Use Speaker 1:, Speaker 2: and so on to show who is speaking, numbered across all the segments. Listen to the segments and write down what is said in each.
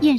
Speaker 1: 燕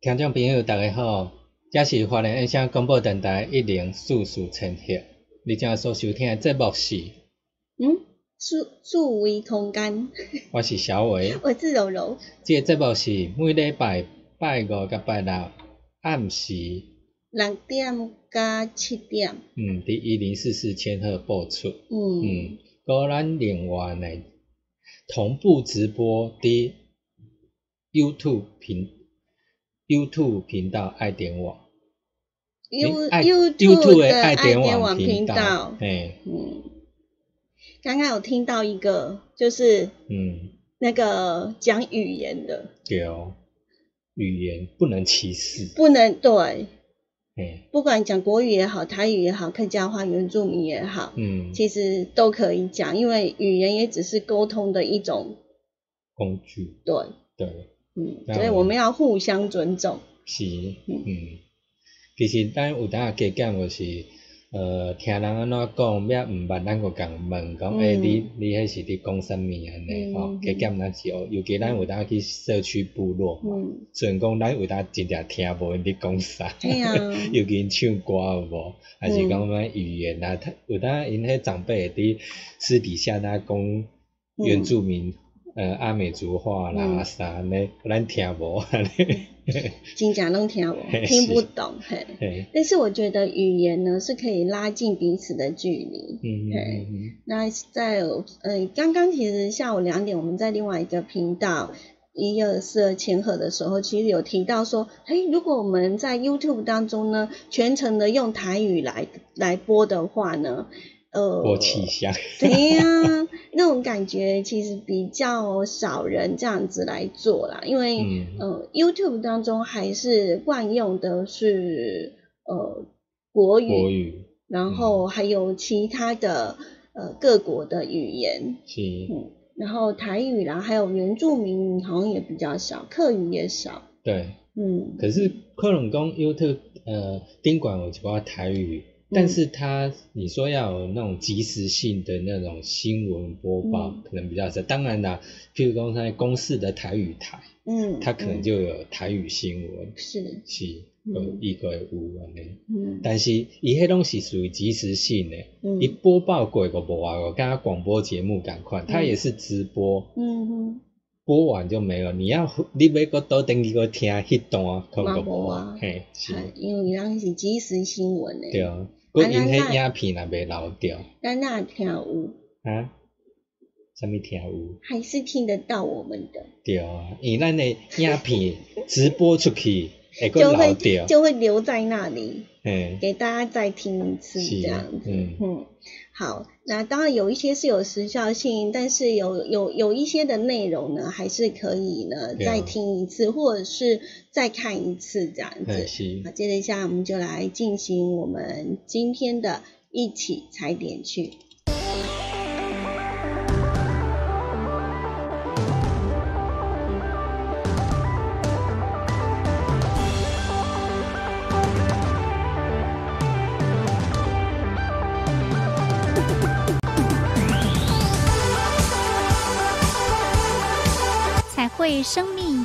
Speaker 2: 听众朋友，大家好，这是华联音响广播电台一零四四千赫，你正所收听的节目是，
Speaker 3: 嗯，素素为同甘，
Speaker 2: 我是小伟。
Speaker 3: 我是柔柔。
Speaker 2: 这个节目是每礼拜拜五甲拜六暗时，
Speaker 3: 六点到七点，
Speaker 2: 嗯，伫一零四四千赫播出。
Speaker 3: 嗯，
Speaker 2: 嗯，个咱另外呢，同步直播伫 YouTube 频 YouTube 频道爱点网。
Speaker 3: 优
Speaker 2: 你爱
Speaker 3: 优
Speaker 2: YouTube
Speaker 3: 的
Speaker 2: 爱点
Speaker 3: 网
Speaker 2: 频
Speaker 3: 道。
Speaker 2: 嘿，
Speaker 3: 嗯，刚刚有听到一个，就是
Speaker 2: 嗯，
Speaker 3: 那个讲语言的，
Speaker 2: 对哦，语言不能歧视，
Speaker 3: 不能对，
Speaker 2: 嘿，
Speaker 3: 不管讲国语也好，台语也好，客家话、原住民也好，
Speaker 2: 嗯，
Speaker 3: 其实都可以讲，因为语言也只是沟通的一种，
Speaker 2: 工具，
Speaker 3: 对，
Speaker 2: 对。
Speaker 3: 嗯，
Speaker 2: 那
Speaker 3: 所以
Speaker 2: 我
Speaker 3: 我们要互相尊重。
Speaker 2: 是，
Speaker 3: 嗯
Speaker 2: 嗯，其实咱有当啊加减就是，呃，听人安怎讲，也毋捌咱个共问，讲
Speaker 3: 嗯
Speaker 2: 诶、你你迄是伫讲啥物安尼吼
Speaker 3: 嗯？
Speaker 2: 加减咱是学，尤其咱有当去社区部落嘛，
Speaker 3: 嗯，
Speaker 2: 虽然讲咱有当真正听无因伫讲啥，
Speaker 3: 对啊
Speaker 2: 尤其因唱歌有无，还是
Speaker 3: 嗯
Speaker 2: 讲咱语言啊，他有当因迄长辈会伫私底下呐讲原住民。呃，阿美族话啦
Speaker 3: 嗯
Speaker 2: 啥呢，咱听无 安尼，
Speaker 3: 真正拢听我
Speaker 2: 嘿
Speaker 3: 听不
Speaker 2: 是
Speaker 3: 懂，嘿。
Speaker 2: 嘿
Speaker 3: 但是我觉得语言呢是可以拉近彼此的距离。
Speaker 2: 嗯嗯嗯嗯。
Speaker 3: 那在呃，刚刚其实下午两点我们在另外一个频道一二四二千赫的时候，其实有提到说，嘿，如果我们在 YouTube 当中呢，全程的用台语来来播的话呢，呃，
Speaker 2: 过气象，
Speaker 3: 对呀、那种感觉其实比较少人这样子来做啦，因为、
Speaker 2: 嗯
Speaker 3: 呃，YouTube 当中还是惯用的是呃国语，
Speaker 2: 国语嗯
Speaker 3: 然后还有其他的呃各国的语言，
Speaker 2: 是，
Speaker 3: 嗯，然后台语啦，还有原住民好像也比较少，客语也少，
Speaker 2: 对。
Speaker 3: 嗯，
Speaker 2: 可是克隆宫 YouTube 呃，宾馆有一寡台语，
Speaker 3: 嗯
Speaker 2: 但是它你说要有那种及时性的那种新闻播报，
Speaker 3: 嗯
Speaker 2: 可能比较少。当然啦，譬如说在公视的台语台，
Speaker 3: 嗯，
Speaker 2: 它可能
Speaker 3: 嗯
Speaker 2: 就有台语新闻，
Speaker 3: 是，
Speaker 2: 是
Speaker 3: 嗯
Speaker 2: 有一个有安尼。
Speaker 3: 嗯
Speaker 2: 但是伊迄拢是属于及时性的，
Speaker 3: 嗯
Speaker 2: 伊、播报过个无啊，跟它广播节目赶快，它也是直播。
Speaker 3: 嗯哼，
Speaker 2: 播完就没有，你要你要搁倒登去搁听迄段，可能就无
Speaker 3: 嘛无
Speaker 2: 啊
Speaker 3: 啊。
Speaker 2: 嘿，是，
Speaker 3: 啊因为咱是即时新闻欸诶，
Speaker 2: 对。啊佮因
Speaker 3: 咱
Speaker 2: 迄影片也袂留着
Speaker 3: 咱那听有。
Speaker 2: 啊。啥物听有？
Speaker 3: 还是听得到我们的，
Speaker 2: 对啊，因为咱的影片直播出去 会搁
Speaker 3: 就
Speaker 2: 留
Speaker 3: 会
Speaker 2: 着，
Speaker 3: 就会留在那里，
Speaker 2: 嘿，
Speaker 3: 给大家再听一次
Speaker 2: 是
Speaker 3: 这样子。
Speaker 2: 嗯
Speaker 3: 嗯，好，那当然有一些是有时效性，但是有有有一些的内容呢，还是可以呢
Speaker 2: 对啊
Speaker 3: 再听一次，或者是再看一次这样
Speaker 2: 嘿
Speaker 3: 子。
Speaker 2: 是
Speaker 3: 好，，接着下来我们就来进行我们今天的一起踩点去。
Speaker 1: 才会生命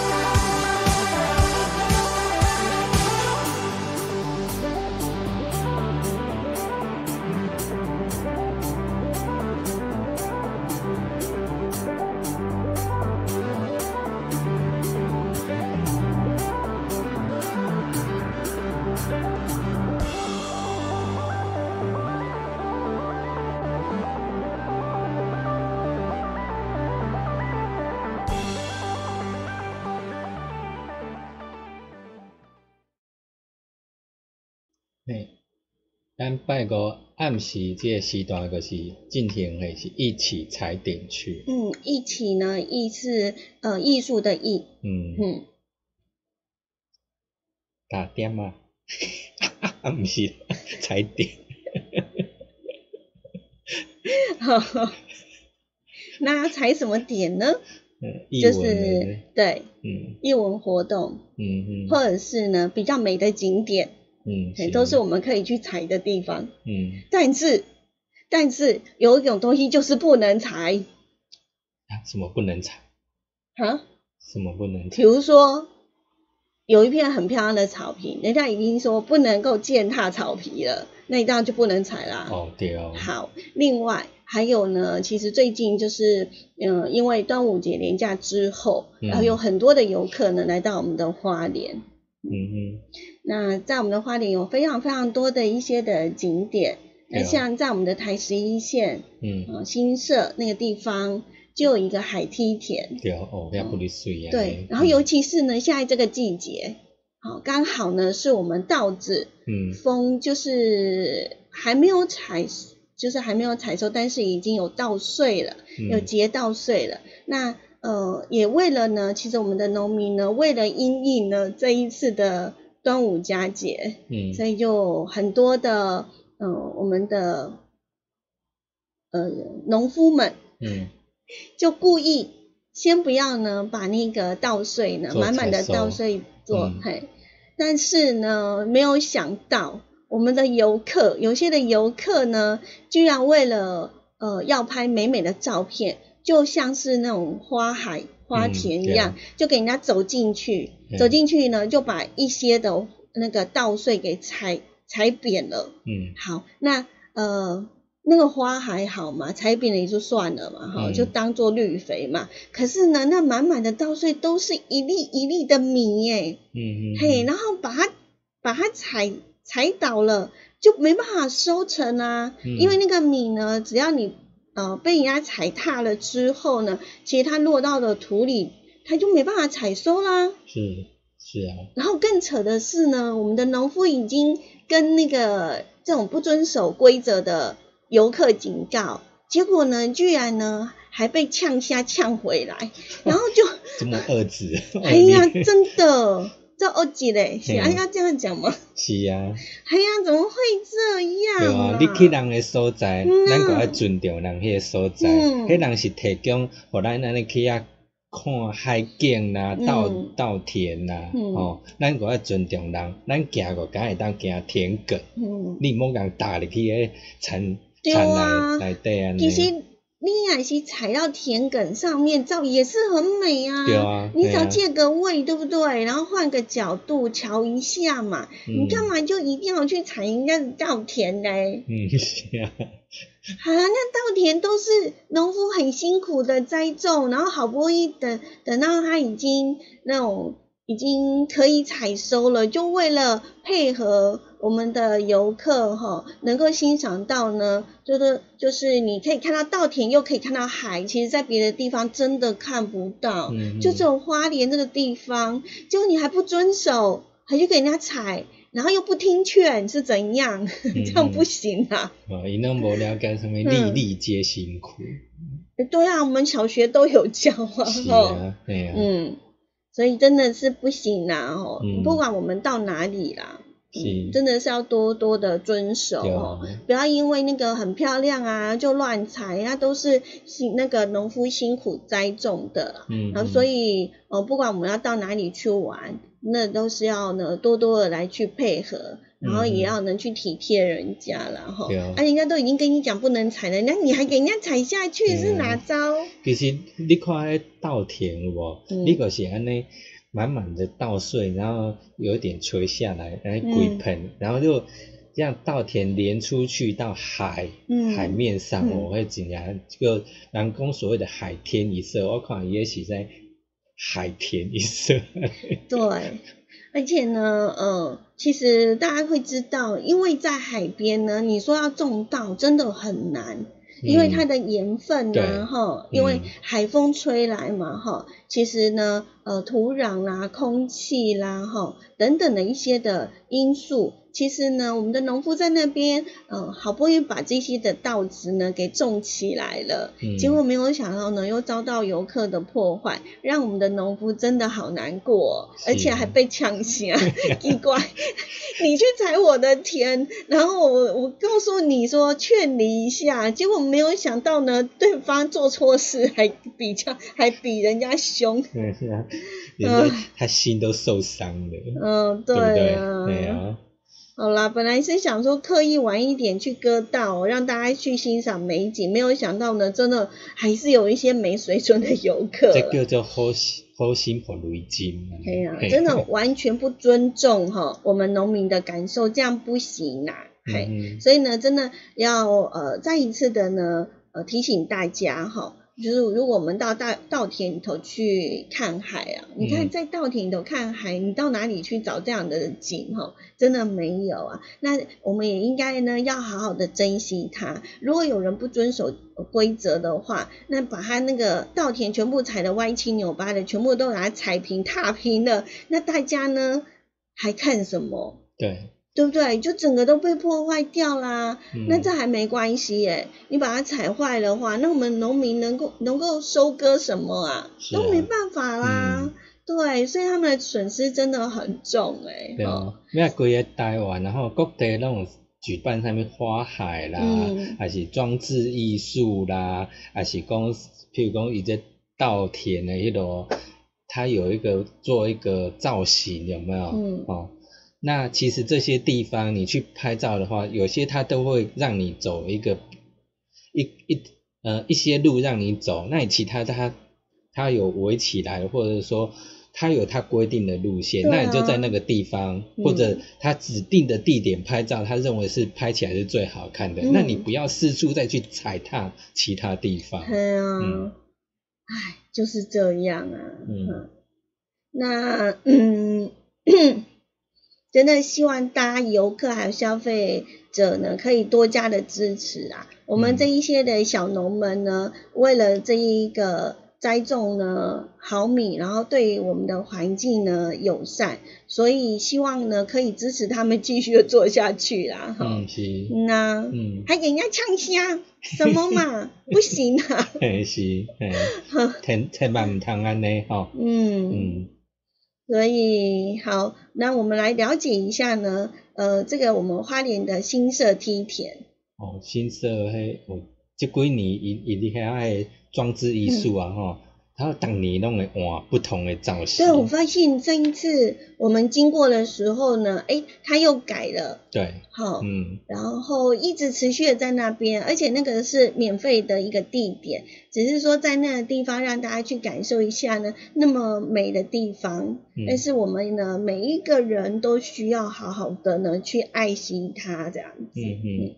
Speaker 2: 嘿，咱拜五暗时即个时段就是进行的是一起踩点去，
Speaker 3: 嗯，一起呢，艺是呃艺术的艺，
Speaker 2: 嗯，
Speaker 3: 嗯，
Speaker 2: 打点啊， 啊毋是踩点，
Speaker 3: 那要踩什么点呢？
Speaker 2: 嗯，译
Speaker 3: 就
Speaker 2: 文的
Speaker 3: 是对
Speaker 2: 嗯
Speaker 3: 艺文活动，
Speaker 2: 嗯嗯
Speaker 3: 或者是呢比较美的景点，
Speaker 2: 嗯，
Speaker 3: 哎都是我们可以去踩的地方。
Speaker 2: 嗯
Speaker 3: 但是，但是有一种东西就是不能踩
Speaker 2: 啊什么不能踩，
Speaker 3: 啊，
Speaker 2: 什么不能
Speaker 3: 比
Speaker 2: 踩，
Speaker 3: 如说有一片很漂亮的草坪，人家已经说不能够践踏草皮了，那你当然就不能踩啦。
Speaker 2: 哦对哦，
Speaker 3: 好，另外还有呢，其实最近就是，嗯、因为端午节连假之后，
Speaker 2: 嗯
Speaker 3: 然后有很多的游客呢来到我们的花莲。
Speaker 2: 嗯嗯
Speaker 3: 那在我们的花莲有非常非常多的一些的景点，那
Speaker 2: 对啊
Speaker 3: 像在我们的台十一线，
Speaker 2: 嗯，
Speaker 3: 呃，新社那个地方就有一个海梯田，
Speaker 2: 对哦，哦要不离水啊，
Speaker 3: 对
Speaker 2: 嘿，
Speaker 3: 然后尤其是呢，现在这个季节，好、刚好呢是我们稻子
Speaker 2: 嗯
Speaker 3: 风就是还没有采，就是还没有采收，但是已经有稻穗了，有
Speaker 2: 嗯
Speaker 3: 结稻穗了。那呃，也为了呢，其实我们的农民呢，为了因应呢这一次的端午佳节，
Speaker 2: 嗯
Speaker 3: 所以就很多的嗯、呃我们的呃农夫们
Speaker 2: 嗯
Speaker 3: 就故意先不要呢，把那个稻穗呢，
Speaker 2: 做
Speaker 3: 满满的
Speaker 2: 采收
Speaker 3: 稻穗做、
Speaker 2: 嗯
Speaker 3: 嘿，但是呢，没有想到我们的游客，有些的游客呢，居然为了呃要拍美美的照片，就像是那种花海、花
Speaker 2: 嗯
Speaker 3: 田一
Speaker 2: 对
Speaker 3: 样，
Speaker 2: 啊
Speaker 3: 就给人家走进去，
Speaker 2: 嗯
Speaker 3: 走进去呢，就把一些的那个稻穗给踩踩扁了。
Speaker 2: 嗯
Speaker 3: 好，那呃，那个花还好嘛，踩扁了也就算了嘛，哈、
Speaker 2: 嗯
Speaker 3: 就当做绿肥嘛。可是呢，那满满的稻穗都是一粒一粒的米耶，
Speaker 2: 嗯嗯，
Speaker 3: 嘿，然后把它把它踩踩倒了，就没办法收成啊，
Speaker 2: 嗯
Speaker 3: 因为那个米呢，只要你呃被人家踩踏了之后呢，其实它落到了土里，它就没办法采收啦。
Speaker 2: 是是啊，
Speaker 3: 然后更扯的是呢，我们的农夫已经跟那个这种不遵守规则的游客警告，结果呢，居然呢还被呛虾呛 回来，然后就，
Speaker 2: 这么恶质，
Speaker 3: 哎 呀，
Speaker 2: 恶劣
Speaker 3: 真的，这二级嘞，是
Speaker 2: 嗯
Speaker 3: 哎要这样讲吗？
Speaker 2: 是啊，
Speaker 3: 哎呀，怎么会这
Speaker 2: 对
Speaker 3: 样
Speaker 2: 啊
Speaker 3: 啊？，
Speaker 2: 你去人的所在
Speaker 3: 嗯，啊
Speaker 2: 咱就要尊重人迄个所在，
Speaker 3: 嗯
Speaker 2: 迄人是提供互咱安尼去遐看海景啦、
Speaker 3: 嗯
Speaker 2: 稻稻田啦，
Speaker 3: 嗯
Speaker 2: 吼，咱就要尊重人，咱行过敢会当行田埂，
Speaker 3: 嗯，
Speaker 2: 你莫共踏入去迄田
Speaker 3: 对
Speaker 2: 田
Speaker 3: 啊
Speaker 2: 内内底安尼
Speaker 3: 其，实。你也是踩到田埂上面照也是很美啊，
Speaker 2: 对啊
Speaker 3: 你只要
Speaker 2: 对啊
Speaker 3: 借个位，对不对？然后换个角度瞧一下嘛，你
Speaker 2: 嗯
Speaker 3: 干嘛就一定要去踩人家的稻田嘞？
Speaker 2: 嗯， 是啊，
Speaker 3: 啊，那稻田都是农夫很辛苦的栽种，然后好不容易等等到它已经那种已经可以采收了，就为了配合我们的游客哈、能够欣赏到呢，就是就是你可以看到稻田，又可以看到海，其实在别的地方真的看不到。
Speaker 2: 嗯
Speaker 3: 就只有花莲这个地方，结果你还不遵守，还去给人家采，然后又不听劝，是怎样？ 这样不行啊！
Speaker 2: 啊，伊拢无了解什
Speaker 3: 嗯
Speaker 2: 么粒粒皆辛苦，
Speaker 3: 对啊，我们小学都有教啊。
Speaker 2: 是
Speaker 3: 吼
Speaker 2: 啊，对啊，
Speaker 3: 嗯，所以真的是不行啦、哦，
Speaker 2: 嗯
Speaker 3: 不管我们到哪里啦，嗯
Speaker 2: 是
Speaker 3: 真的是要多多的遵守
Speaker 2: 对
Speaker 3: 哦
Speaker 2: 啊，，
Speaker 3: 不要因为那个很漂亮啊就乱采，那都是辛那个农夫辛苦栽种的啦。
Speaker 2: 嗯，
Speaker 3: 然后所以呃，不管我们要到哪里去玩，那都是要呢多多的来去配合，然后
Speaker 2: 嗯
Speaker 3: 也
Speaker 2: 嗯
Speaker 3: 要能去体贴人家然后
Speaker 2: 对啊
Speaker 3: 人家都已经跟你讲不能踩了，那你还给人家踩下去是哪
Speaker 2: 嗯
Speaker 3: 招？
Speaker 2: 其实你看迄稻田有无？
Speaker 3: 嗯
Speaker 2: 你就是安尼满满的稻穗，然后有一点垂下来，然后
Speaker 3: 嗯
Speaker 2: 滚盆，然后就让稻田连出去到海、
Speaker 3: 嗯
Speaker 2: 海面上
Speaker 3: 嗯
Speaker 2: 哦，会怎样？这个南宫所谓的海天一色，我看也许在海天一色。
Speaker 3: 对，而且呢，呃，其实大家会知道，因为在海边呢，你说要种稻真的很难。因为它
Speaker 2: 嗯
Speaker 3: 的盐分
Speaker 2: 对
Speaker 3: 呐、哈、因为
Speaker 2: 嗯
Speaker 3: 海风吹来嘛，哈，其实呢，呃，土壤啦、空气啦，哈，等等的一些的因素，其实呢，我们的农夫在那边，呃，好不容易把这些的稻子呢给种起来了，
Speaker 2: 嗯
Speaker 3: 结果没有想到呢，又遭到游客的破坏，让我们的农夫真的好难过哦、而且
Speaker 2: 是
Speaker 3: 还被抢劫、奇怪，你去踩我的田，然后我我告诉你说劝你一下，结果没有想到呢，对方做错事还比较还比人家凶。
Speaker 2: 对是 啊，人家他心都受伤了，
Speaker 3: 嗯，
Speaker 2: 对不对？
Speaker 3: 啊，
Speaker 2: 对啊，
Speaker 3: 好啦，本来是想说刻意晚一点去割稻哦，让大家去欣赏美景，没有想到呢，真的还是有一些没水准的游客啦。
Speaker 2: 这叫做好心好心破雷金。
Speaker 3: 哎呀、
Speaker 2: 啊嘿
Speaker 3: 真的完全不尊重哈我们农民的感受，这样不行呐、嘿，
Speaker 2: 嗯
Speaker 3: 所以呢，真的要呃再一次的呢呃提醒大家哈，就是如果我们到大稻田里头去看海啊，你看
Speaker 2: 嗯
Speaker 3: 在稻田里头看海，你到哪里去找这样的景哈？真的没有啊。那我们也应该呢要好好的珍惜它。如果有人不遵守呃规则的话，那把它那个稻田全部踩得歪七扭八的，全部都给它踩平踏平了，那大家呢还看什么？
Speaker 2: 对，
Speaker 3: 对不对？就整个都被破坏掉啦。
Speaker 2: 嗯
Speaker 3: 那这还没关系耶，你把它踩坏的话，那我们农民能够能够收割什么啊？
Speaker 2: 是
Speaker 3: 都没
Speaker 2: 啊
Speaker 3: 办法啦。
Speaker 2: 嗯
Speaker 3: 对，所以他们的损失真的很重哎。
Speaker 2: 对
Speaker 3: 哦
Speaker 2: 啊，咩规个台湾，然后各地拢有举办啥物花海啦，
Speaker 3: 嗯
Speaker 2: 还是装置艺术啦，还是讲，譬如讲伊这稻田的迄落，它有一个做一个造型，有没有？
Speaker 3: 嗯
Speaker 2: 哦，那其实这些地方你去拍照的话，有些它都会让你走一个一一呃一些路让你走，那你其他它它有围起来，或者说它有它规定的路线，
Speaker 3: 对啊
Speaker 2: 那你就在那个地方、
Speaker 3: 嗯
Speaker 2: 或者它指定的地点拍照，他认为是拍起来是最好看的，
Speaker 3: 嗯
Speaker 2: 那你不要四处再去踩踏其他地方。
Speaker 3: 对啊，
Speaker 2: 嗯
Speaker 3: 唉，就是这样啊。
Speaker 2: 嗯
Speaker 3: 那嗯，真的希望大家游客还有消费者呢，可以多加的支持啊。我们
Speaker 2: 嗯
Speaker 3: 这一些的小农们呢，为了这一个栽种呢好米，然后对我们的环境呢友善，所以希望呢可以支持他们继续的做下去啦。哈、
Speaker 2: 嗯，是，
Speaker 3: 嗯呐、
Speaker 2: 嗯，
Speaker 3: 还给人家呛虾，什么嘛，不行啊。
Speaker 2: 嘿是，嘿，千千万唔通安尼吼，
Speaker 3: 嗯，
Speaker 2: 嗯，
Speaker 3: 所以好，那我们来了解一下呢，呃，这个我们花莲的新社梯田，
Speaker 2: 哦，新社迄有即几年伊伊伫遐诶装置艺术啊吼，它逐年拢会换不同的造型
Speaker 3: 嗯对，，我发现这一次我们经过的时候呢，诶，它又改了，
Speaker 2: 对，
Speaker 3: 好，
Speaker 2: 嗯，
Speaker 3: 然后一直持续的在那边，而且那个是免费的一个地点，只是说在那个地方让大家去感受一下呢那么美的地方。
Speaker 2: 嗯
Speaker 3: 但是我们呢，每一个人都需要好好的呢去爱惜它，这样子。
Speaker 2: 嗯嗯，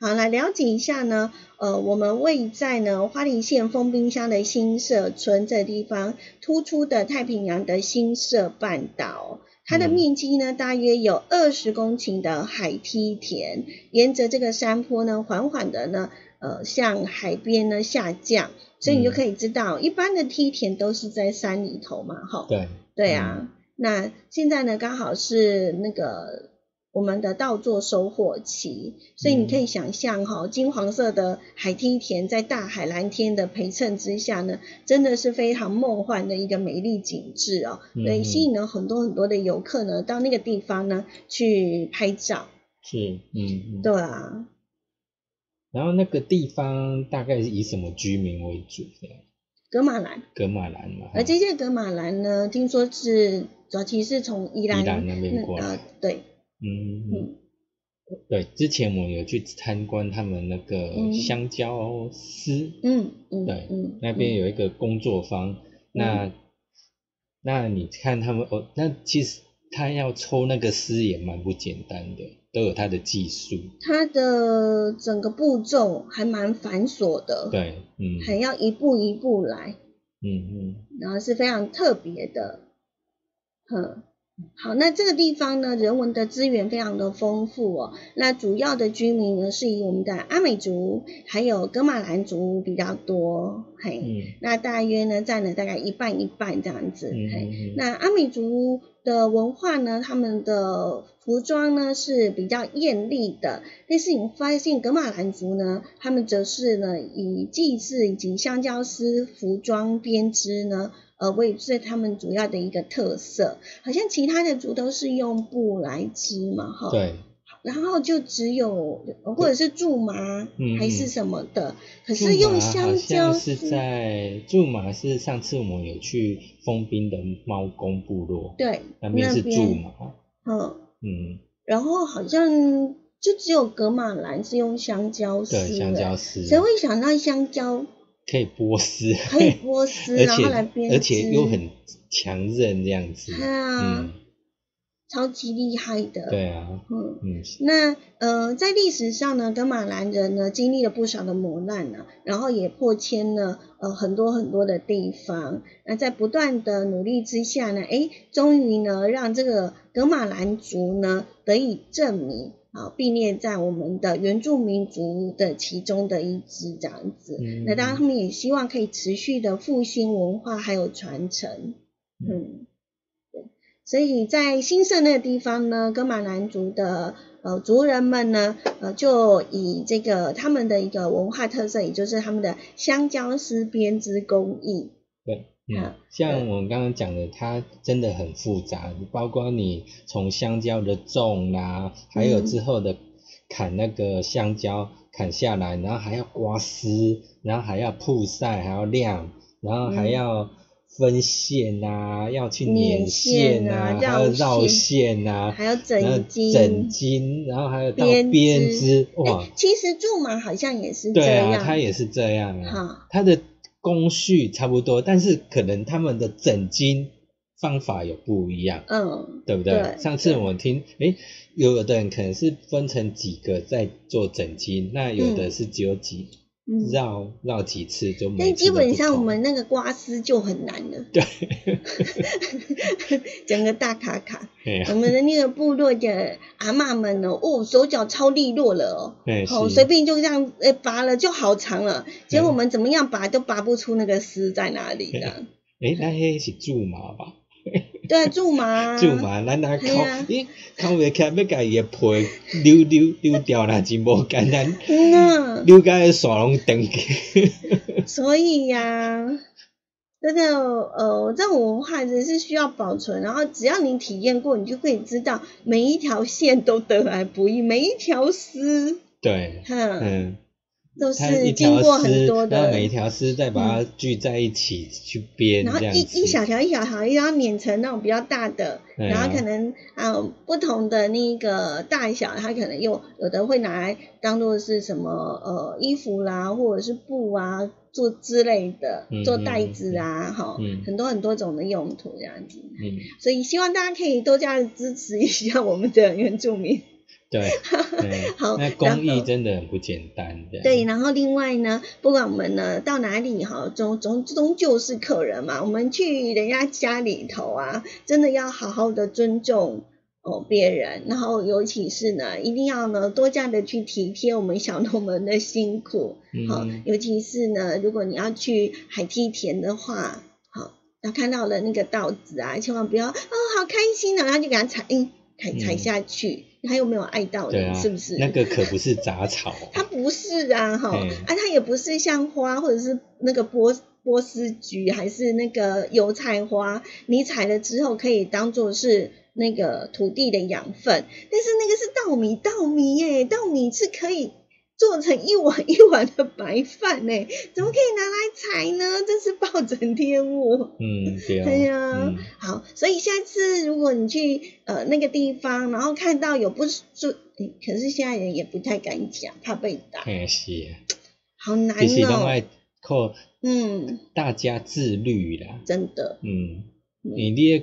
Speaker 3: 好，来了解一下呢，呃，我们位在呢花莲县丰滨乡的新社村这地方，突出的太平洋的新社半岛。它的
Speaker 2: 嗯
Speaker 3: 面积呢，大约有二十公顷的海梯田，沿着这个山坡呢，缓缓的呢，呃，向海边呢下降，所以你就
Speaker 2: 嗯
Speaker 3: 可以知道，一般的梯田都是在山里头嘛，哈，
Speaker 2: 对，
Speaker 3: 对啊，
Speaker 2: 嗯
Speaker 3: 那现在呢刚好是那个我们的稻作收获期，所以你
Speaker 2: 嗯
Speaker 3: 可以想象哈、金黄色的海梯田在大海蓝天的陪衬之下呢，真的是非常梦幻的一个美丽景致哦，
Speaker 2: 嗯
Speaker 3: 对，吸引了很多很多的游客呢到那个地方呢去拍照，
Speaker 2: 是，嗯，嗯
Speaker 3: 对啊，
Speaker 2: 然后那个地方大概是以什么居民为主？这样，
Speaker 3: 格马兰，
Speaker 2: 格马兰嘛，
Speaker 3: 而这届格马兰呢，听说是早期是从宜兰
Speaker 2: 宜兰那边过来
Speaker 3: 呃对，
Speaker 2: 嗯，嗯
Speaker 3: 嗯，
Speaker 2: 对，之前我有去参观他们那个
Speaker 3: 嗯
Speaker 2: 香蕉丝，
Speaker 3: 嗯嗯，
Speaker 2: 对
Speaker 3: 嗯，
Speaker 2: 那边
Speaker 3: 嗯
Speaker 2: 有一个工作坊，那那你看他们哦，那其实他要抽那个丝也蛮不简单的，都有他的技术。
Speaker 3: 它的整个步骤还蛮繁琐的，，
Speaker 2: 对，嗯
Speaker 3: 哦还要一步一步来，
Speaker 2: 嗯嗯，
Speaker 3: 然后是非常特别的，嗯，好，那这个地方呢，人文的资源非常的丰富哦。那主要的居民呢，是以我们的阿美族还有格马兰族比较多，嘿，
Speaker 2: 嗯
Speaker 3: 那大约呢占了大概一半一半这样子，
Speaker 2: 嗯
Speaker 3: 嘿，
Speaker 2: 嗯，
Speaker 3: 那阿美族的文化呢，他们的服装呢是比较艳丽的，但是你发现格马兰族呢，他们则是呢以祭祀以及香蕉丝服装编织呢。呃，为是他们主要的一个特色，好像其他的族都是用布来织嘛，哈。。
Speaker 2: 对，
Speaker 3: 然后就只有或者是苎麻、
Speaker 2: 嗯
Speaker 3: 还
Speaker 2: 嗯
Speaker 3: 是什么的，可
Speaker 2: 驻
Speaker 3: 是用
Speaker 2: 马好
Speaker 3: 香
Speaker 2: 像
Speaker 3: 蕉
Speaker 2: 是
Speaker 3: 丝。
Speaker 2: 在驻马是上次我们有去封冰的猫公部落，
Speaker 3: 对，
Speaker 2: 那边是驻
Speaker 3: 边
Speaker 2: 马，
Speaker 3: 嗯，
Speaker 2: 嗯，
Speaker 3: 然后好像就只有格马兰是用香蕉丝，
Speaker 2: 对，香蕉，丝，
Speaker 3: 谁会想到香蕉
Speaker 2: 可以剥丝，
Speaker 3: 可以剥 丝，
Speaker 2: 而
Speaker 3: 然后来编
Speaker 2: 且
Speaker 3: 织，
Speaker 2: 而且又很强韧这样子，
Speaker 3: 对啊
Speaker 2: 嗯，
Speaker 3: 超级厉害的，，
Speaker 2: 对啊，
Speaker 3: 嗯。
Speaker 2: 嗯，
Speaker 3: 那呃，在历史上呢，格马兰人呢经历了不少的磨难呢、然后也破迁了呃很多很多的地方。那在不断的努力之下呢，诶，终于呢让这个格马兰族呢得以证明啊，并列在我们的原住民族的其中的一支这样子。
Speaker 2: 嗯
Speaker 3: 那当然，他们也希望可以持续的复兴文化还有传承。嗯，对，所以在新社那个地方呢，哥马兰族的呃族人们呢，呃就以这个他们的一个文化特色，也就是他们的香蕉丝编织工艺，
Speaker 2: 对，
Speaker 3: 好
Speaker 2: 嗯，像我们刚刚讲的，它真的很复杂，包括你从香蕉的种啦、还有
Speaker 3: 嗯
Speaker 2: 之后的砍那个香蕉砍下来，然后还要刮丝，然后还要曝晒，还要晾，然后还
Speaker 3: 嗯
Speaker 2: 要分线啊，要去
Speaker 3: 捻
Speaker 2: 捻
Speaker 3: 线
Speaker 2: 线
Speaker 3: 啊
Speaker 2: 啊，还要
Speaker 3: 绕
Speaker 2: 绕
Speaker 3: 线
Speaker 2: 线啊，
Speaker 3: 还有
Speaker 2: 然后
Speaker 3: 整经。
Speaker 2: 整筋，然后还有到
Speaker 3: 编
Speaker 2: 编
Speaker 3: 织
Speaker 2: 织，哇
Speaker 3: 哎，其实苎麻好像也是这
Speaker 2: 对
Speaker 3: 样，
Speaker 2: 啊，它也是这样啊。
Speaker 3: 哈，
Speaker 2: 它的工序差不多，但是可能他们的整经方法有不一样，
Speaker 3: 嗯，
Speaker 2: 对不对？
Speaker 3: 对
Speaker 2: 上次
Speaker 3: 对
Speaker 2: 我听，诶，有的人可能是分成几个在做整经，那有的
Speaker 3: 嗯
Speaker 2: 是只有几、
Speaker 3: 嗯
Speaker 2: 绕绕几次就没。
Speaker 3: 但基本上我们那个刮丝就很难了，
Speaker 2: 对，
Speaker 3: 整个大卡卡。
Speaker 2: 哎呀
Speaker 3: 我们的那个部落的阿嬷们呢，哦，手脚超利落了
Speaker 2: 哎
Speaker 3: 哦，哦，
Speaker 2: 是
Speaker 3: 随便就这样，哎，拔了就好长了。结果
Speaker 2: 嗯
Speaker 3: 我们怎么样拔都拔不出那个丝在哪里 的。
Speaker 2: 诶，那些是苎麻吧？
Speaker 3: 对啊，苎麻，
Speaker 2: 苎，麻，咱那
Speaker 3: 嘿
Speaker 2: 抠
Speaker 3: 啊，
Speaker 2: 咦，抠袂起来，要家己的皮溜溜溜掉啦，真无简单，
Speaker 3: 嗯呐、
Speaker 2: 溜到迄线拢断去。
Speaker 3: 所以呀、真的，呃，这种文化真是需要保存。然后只要你体验过，你就可以知道每一条线都得来不易，每一条丝，
Speaker 2: 对，
Speaker 3: 哼，
Speaker 2: 嗯。
Speaker 3: 都
Speaker 2: 它
Speaker 3: 是
Speaker 2: 一
Speaker 3: 经
Speaker 2: 条
Speaker 3: 过
Speaker 2: 丝，
Speaker 3: 很多
Speaker 2: 然后
Speaker 3: 的，嗯
Speaker 2: 每一条丝再把它聚在一起去编，
Speaker 3: 然后
Speaker 2: 这样
Speaker 3: 一
Speaker 2: 子。
Speaker 3: 一小条一小条，然后碾成那种比较大的，
Speaker 2: 对啊
Speaker 3: 然后可能啊、呃不同的那个大小，它可能又有的会拿来当做是什么呃衣服啦，或者是布啊做之类的，
Speaker 2: 嗯
Speaker 3: 做袋子啊，哈、
Speaker 2: 嗯
Speaker 3: 很多很多种的用途这样子。
Speaker 2: 嗯，
Speaker 3: 所以希望大家可以多加支持一下我们的原住民。
Speaker 2: 对，对
Speaker 3: 好
Speaker 2: 那
Speaker 3: 然
Speaker 2: 工艺
Speaker 3: 后
Speaker 2: 真的很不简单的。
Speaker 3: 对，然后另外呢，不管我们呢到哪里哈，终终终究是客人嘛。我们去人家家里头啊，真的要好好的尊重哦别人，然后尤其是呢，一定要呢多加的去体贴我们小农们的辛苦。好、
Speaker 2: 嗯
Speaker 3: 尤其是呢，如果你要去海梯田的话，好，那看到了那个稻子啊，千万不要哦，好开心啊，然后就给它踩，嗯，踩踩
Speaker 2: 嗯
Speaker 3: 下去，它又没有爱到你，
Speaker 2: 对啊，
Speaker 3: 是不是？
Speaker 2: 那个可不是杂草，
Speaker 3: 它不是啊，哈，
Speaker 2: 嗯
Speaker 3: 啊，它也不是像花或者是那个波波斯菊还是那个油菜花，你采了之后可以当做是那个土地的养分，但是那个是稻米，稻米耶，稻米是可以。做成一碗一碗的白饭呢，怎么可以拿来采呢？真是暴殄天物。
Speaker 2: 嗯，对 啊，
Speaker 3: 对哎呀
Speaker 2: 嗯，
Speaker 3: 好，所以下次如果你去呃那个地方，然后看到有不注，诶可是现在人也不太敢讲，怕被打，
Speaker 2: 哎是啊，
Speaker 3: 好难
Speaker 2: 其实拢
Speaker 3: 哦。
Speaker 2: 爱靠
Speaker 3: 嗯，
Speaker 2: 大家自律啦，
Speaker 3: 真的，
Speaker 2: 嗯，
Speaker 3: 嗯
Speaker 2: 你你要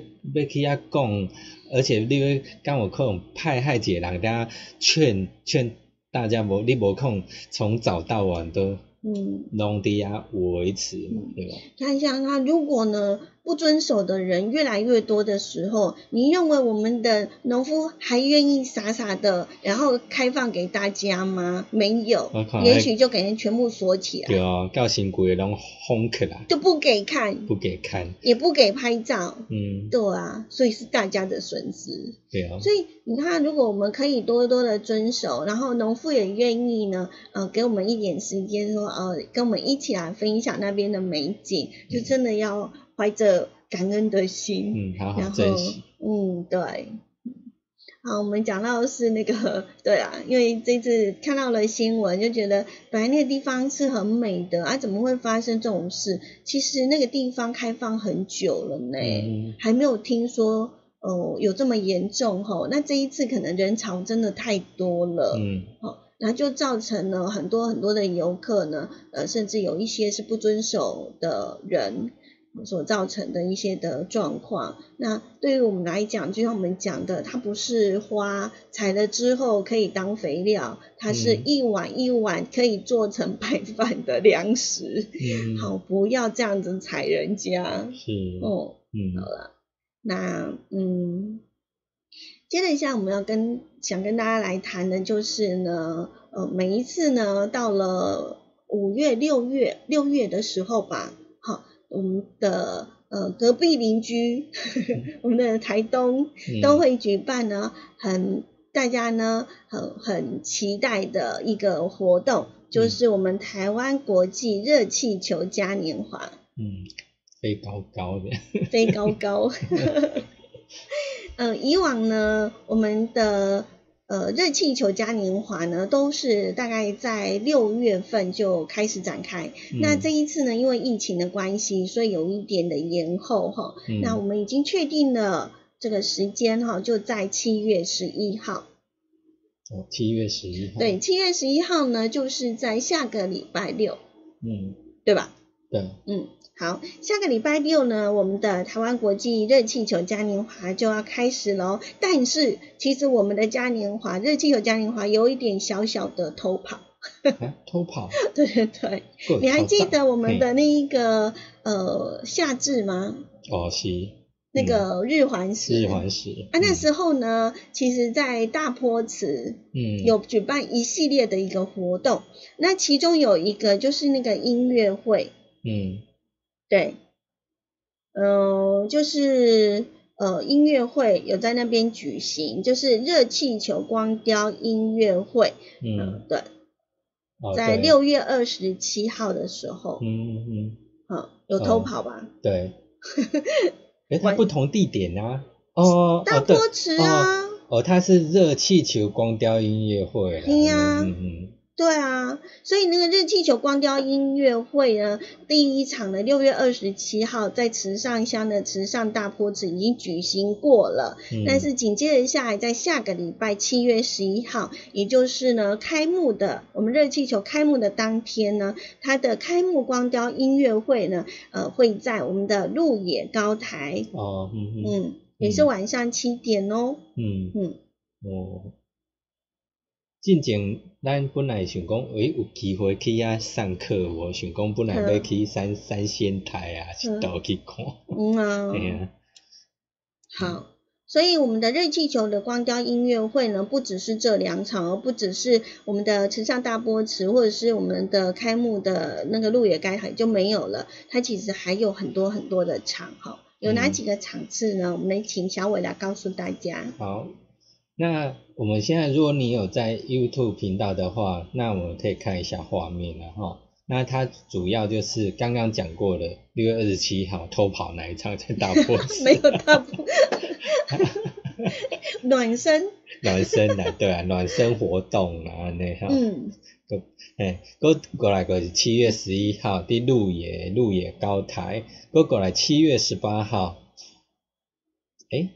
Speaker 2: 去遐讲，而且你要敢有可能派害一个人，大家劝劝大家无，你无可能从早到晚都
Speaker 3: 嗯，
Speaker 2: 拢伫遐维持嘛，
Speaker 3: 嗯
Speaker 2: 对吧？
Speaker 3: 看一下那如果呢不遵守的人越来越多的时候，你认为我们的农夫还愿意傻傻的然后开放给大家吗？没有
Speaker 2: 我靠，
Speaker 3: 也许就给人全部锁起
Speaker 2: 对
Speaker 3: 来，
Speaker 2: 啊，到新规的拢封起来，
Speaker 3: 就不给看，
Speaker 2: 不给看，
Speaker 3: 也不给拍照。
Speaker 2: 嗯，
Speaker 3: 对啊，所以是大家的损失。
Speaker 2: 对啊，
Speaker 3: 所以你看，如果我们可以多多的遵守，然后农夫也愿意呢，呃，给我们一点时间说，呃，跟我们一起来分享那边的美景，就
Speaker 2: 嗯
Speaker 3: 真的要怀着感恩的心，
Speaker 2: 嗯，好好
Speaker 3: 然后
Speaker 2: 珍惜，，
Speaker 3: 嗯，对。好，我们讲到的是那个， 对啊，因为这次看到了新闻，就觉得本来那个地方是很美的啊，怎么会发生这种事？其实那个地方开放很久了呢。
Speaker 2: 嗯，
Speaker 3: 还没有听说哦有这么严重吼、那这一次可能人潮真的太多了，
Speaker 2: 嗯，
Speaker 3: 哦，然后就造成了很多很多的游客呢，呃，甚至有一些是不遵守的人所造成的一些的状况。那对于我们来讲，就像我们讲的，它不是花采了之后可以当肥料，它是
Speaker 2: 嗯
Speaker 3: 一碗一碗可以做成白饭的粮食。
Speaker 2: 嗯，
Speaker 3: 好，不要这样子踩人家
Speaker 2: 是，
Speaker 3: 哦。
Speaker 2: 嗯，
Speaker 3: 那嗯，接着一下我们要跟想跟大家来谈的就是呢，呃，每一次呢到了五月、六月、六月的时候吧，好，我们的呃隔壁邻居， 我们的台东
Speaker 2: 嗯
Speaker 3: 都会举办呢，很大家呢很很期待的一个活动，就是我们台湾国际热气球嘉年华。
Speaker 2: 嗯，飞高高的，
Speaker 3: 飞高高。 呃，以往呢，我们的呃热气球嘉年华呢，都是大概在六月份就开始展开。 那
Speaker 2: 嗯
Speaker 3: 这一次呢，因为疫情的关系，所以有一点的延后哈。
Speaker 2: 嗯
Speaker 3: 那我们已经确定了这个时间哈，就在七月十一号。
Speaker 2: 哦，七月十一号，
Speaker 3: 对，，七月十一号呢，就是在下个礼拜六，
Speaker 2: 嗯，
Speaker 3: 对吧？
Speaker 2: 对，
Speaker 3: 嗯，好，下个礼拜六呢，我们的台湾国际热气球嘉年华就要开始喽。但是其实我们的嘉年华热气球嘉年华有一点小小的偷跑，
Speaker 2: 啊，偷跑，
Speaker 3: 对对对，
Speaker 2: 还
Speaker 3: 你还
Speaker 2: 偷
Speaker 3: 记
Speaker 2: 跑
Speaker 3: 得我们
Speaker 2: 嘿
Speaker 3: 的那一个呃夏至吗？
Speaker 2: 哦，是
Speaker 3: 那
Speaker 2: 嗯
Speaker 3: 个日环食。
Speaker 2: 日环食
Speaker 3: 啊，那时候呢，其实，在大坡池
Speaker 2: 嗯
Speaker 3: 有举办一系列的一个活动，那其中有一个就是那个音乐会，
Speaker 2: 嗯
Speaker 3: 对，嗯，就是呃音乐会有在那边举行，就是热气球光雕音乐会，
Speaker 2: 嗯
Speaker 3: 嗯，
Speaker 2: 嗯，
Speaker 3: 对，
Speaker 2: 哦
Speaker 3: 在
Speaker 2: 对
Speaker 3: 六月二十七号的时候，
Speaker 2: 嗯嗯
Speaker 3: 嗯，有偷
Speaker 2: 哦
Speaker 3: 跑吧？
Speaker 2: 对， 可是它
Speaker 3: 完
Speaker 2: 不同地点啊，哦
Speaker 3: 大
Speaker 2: 哦对
Speaker 3: 坡池啊，
Speaker 2: 哦，它是热气球光雕音乐会啦，
Speaker 3: 对呀
Speaker 2: 嗯嗯
Speaker 3: 对啊，所以那个热气球光雕音乐会呢，第一场的六月二十七号在池上乡的池上大坡池已经举行过了，
Speaker 2: 嗯，
Speaker 3: 但是紧接着下来，在下个礼拜七月十一号，也就是呢开幕的我们热气球开幕的当天呢，它的开幕光雕音乐会呢，呃，会在我们的鹿野高台，
Speaker 2: 哦嗯嗯
Speaker 3: 嗯，也是晚上七点哦，
Speaker 2: 嗯
Speaker 3: 嗯，
Speaker 2: 哦，进前咱本来想讲，诶、有机会去遐上课无？想讲本来要去三三仙台啊，是倒去看。
Speaker 3: 嗯啊，
Speaker 2: 嘿啊，嗯
Speaker 3: 好，所以我们的热气球的光雕音乐会呢，不只是这两场，哦而不只是我们的池上大波池，或者是我们的开幕的那个鹿野该海就没有了，它其实还有很多很多的场哈。有哪
Speaker 2: 嗯
Speaker 3: 几个场次呢？我们来请小伟来告诉大家。
Speaker 2: 好。那我们现在，如果你有在 YouTube 频道的话，那我们可以看一下画面了哈。那它主要就是刚刚讲过的六月二十七号偷跑那一场在大波
Speaker 3: 没 有大波，暖身，
Speaker 2: 暖身啊，对啊，暖身活动啊，那哈。
Speaker 3: 嗯，
Speaker 2: 嘿，过过来个是七月十一号伫鹿野鹿野高台，过过来七月十八号，诶，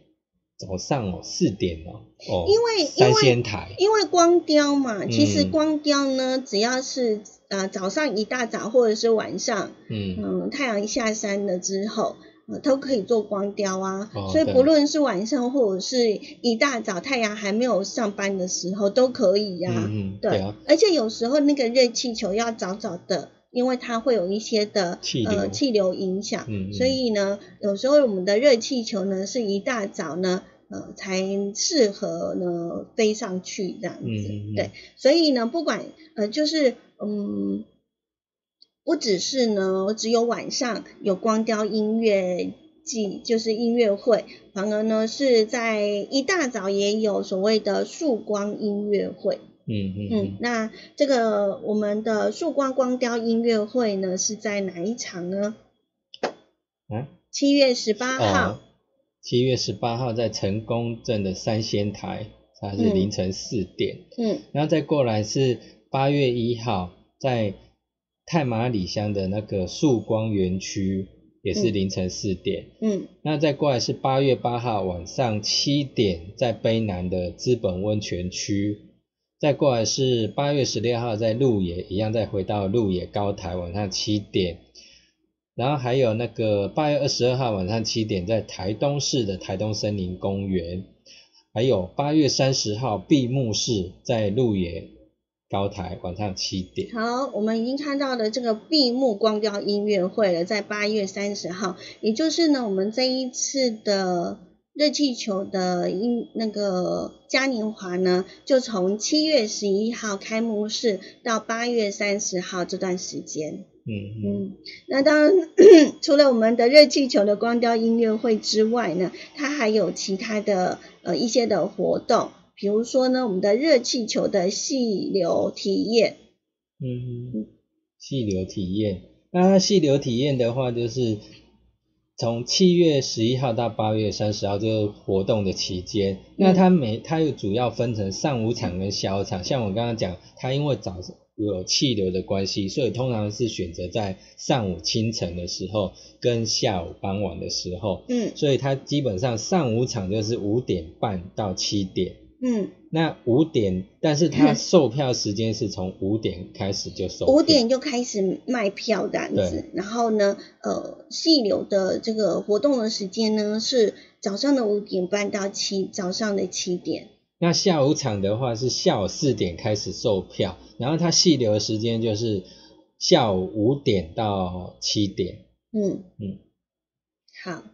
Speaker 2: 早上哦四点哦，哦，
Speaker 3: 因为因
Speaker 2: 三
Speaker 3: 为
Speaker 2: 仙台，
Speaker 3: 因为光雕嘛，其实
Speaker 2: 嗯
Speaker 3: 光雕呢，只要是呃早上一大早或者是晚上，
Speaker 2: 嗯，
Speaker 3: 嗯，太阳一下山了之后。呃都可以做光雕啊，
Speaker 2: 哦
Speaker 3: 所以
Speaker 2: 对
Speaker 3: 不论是晚上或者是一大早太阳还没有上班的时候都可以呀、
Speaker 2: 嗯嗯，对啊，
Speaker 3: 而且有时候那个热气球要早早的，因为它会有一些的
Speaker 2: 气
Speaker 3: 呃
Speaker 2: 流
Speaker 3: 气流影响，
Speaker 2: 嗯嗯
Speaker 3: 所以呢，有时候我们的热气球呢是一大早呢。呃，才适合呢飞上去这样子，
Speaker 2: 嗯嗯嗯
Speaker 3: 对，所以呢，不管呃，就是嗯，不只是呢，只有晚上有光雕音乐季，就是音乐会，反而呢是在一大早也有所谓的曙光音乐会，
Speaker 2: 嗯嗯
Speaker 3: 嗯，
Speaker 2: 嗯，
Speaker 3: 那这个我们的曙光光雕音乐会呢是在哪一场呢？
Speaker 2: 啊，
Speaker 3: 七月十嗯八号，
Speaker 2: 哦，七月十八号在成功镇的三仙台，它是
Speaker 3: 嗯
Speaker 2: 凌晨四点，
Speaker 3: 嗯
Speaker 2: 然后再过来是八月一号在太马里乡的那个曙光园区，也是
Speaker 3: 嗯
Speaker 2: 凌晨四点。
Speaker 3: 嗯
Speaker 2: 那再过来是八月八号晚上七点，在卑南的资本温泉区。再过来是八月十六号在鹿野，一样再回到鹿野高台晚上七点。然后还有那个八月二十二号晚上七点，在台东市的台东森林公园。还有八月三十号闭幕式在鹿野高台晚上七点。嗯
Speaker 3: 好，我们已经看到了这个闭幕光雕音乐会了，在八月三十号，也就是呢我们这一次的热气球的音那个嘉年华呢，就从七月十一号开幕式到八月三十号这段时间。
Speaker 2: 嗯嗯
Speaker 3: 嗯，那当然， 除了我们的热气球的光雕音乐会之外呢，它还有其他的呃一些的活动，比如说呢，我们的热气球的细流体验，
Speaker 2: 嗯哼，细流体验。那它细流体验的话，就是从七月十一号到八月三十号这个活动的期间，那它每它又主要分成上午场跟下午场。像我刚刚讲，它因为早有气流的关系，所以通常是选择在上午清晨的时候跟下午傍晚的时候，
Speaker 3: 嗯
Speaker 2: 所以它基本上上午场就是五点半到七点。
Speaker 3: 嗯，
Speaker 2: 那五点，但是它售票时间是从五点开始就售票。
Speaker 3: 五点就开始卖票这样子
Speaker 2: 对，
Speaker 3: 然后呢，呃，细流的这个活动的时间呢是早上的五点半到七早上的七点，
Speaker 2: 那下午场的话是下午四点开始售票，然后它细流的时间就是下午五点到七点。
Speaker 3: 嗯
Speaker 2: 嗯，
Speaker 3: 好。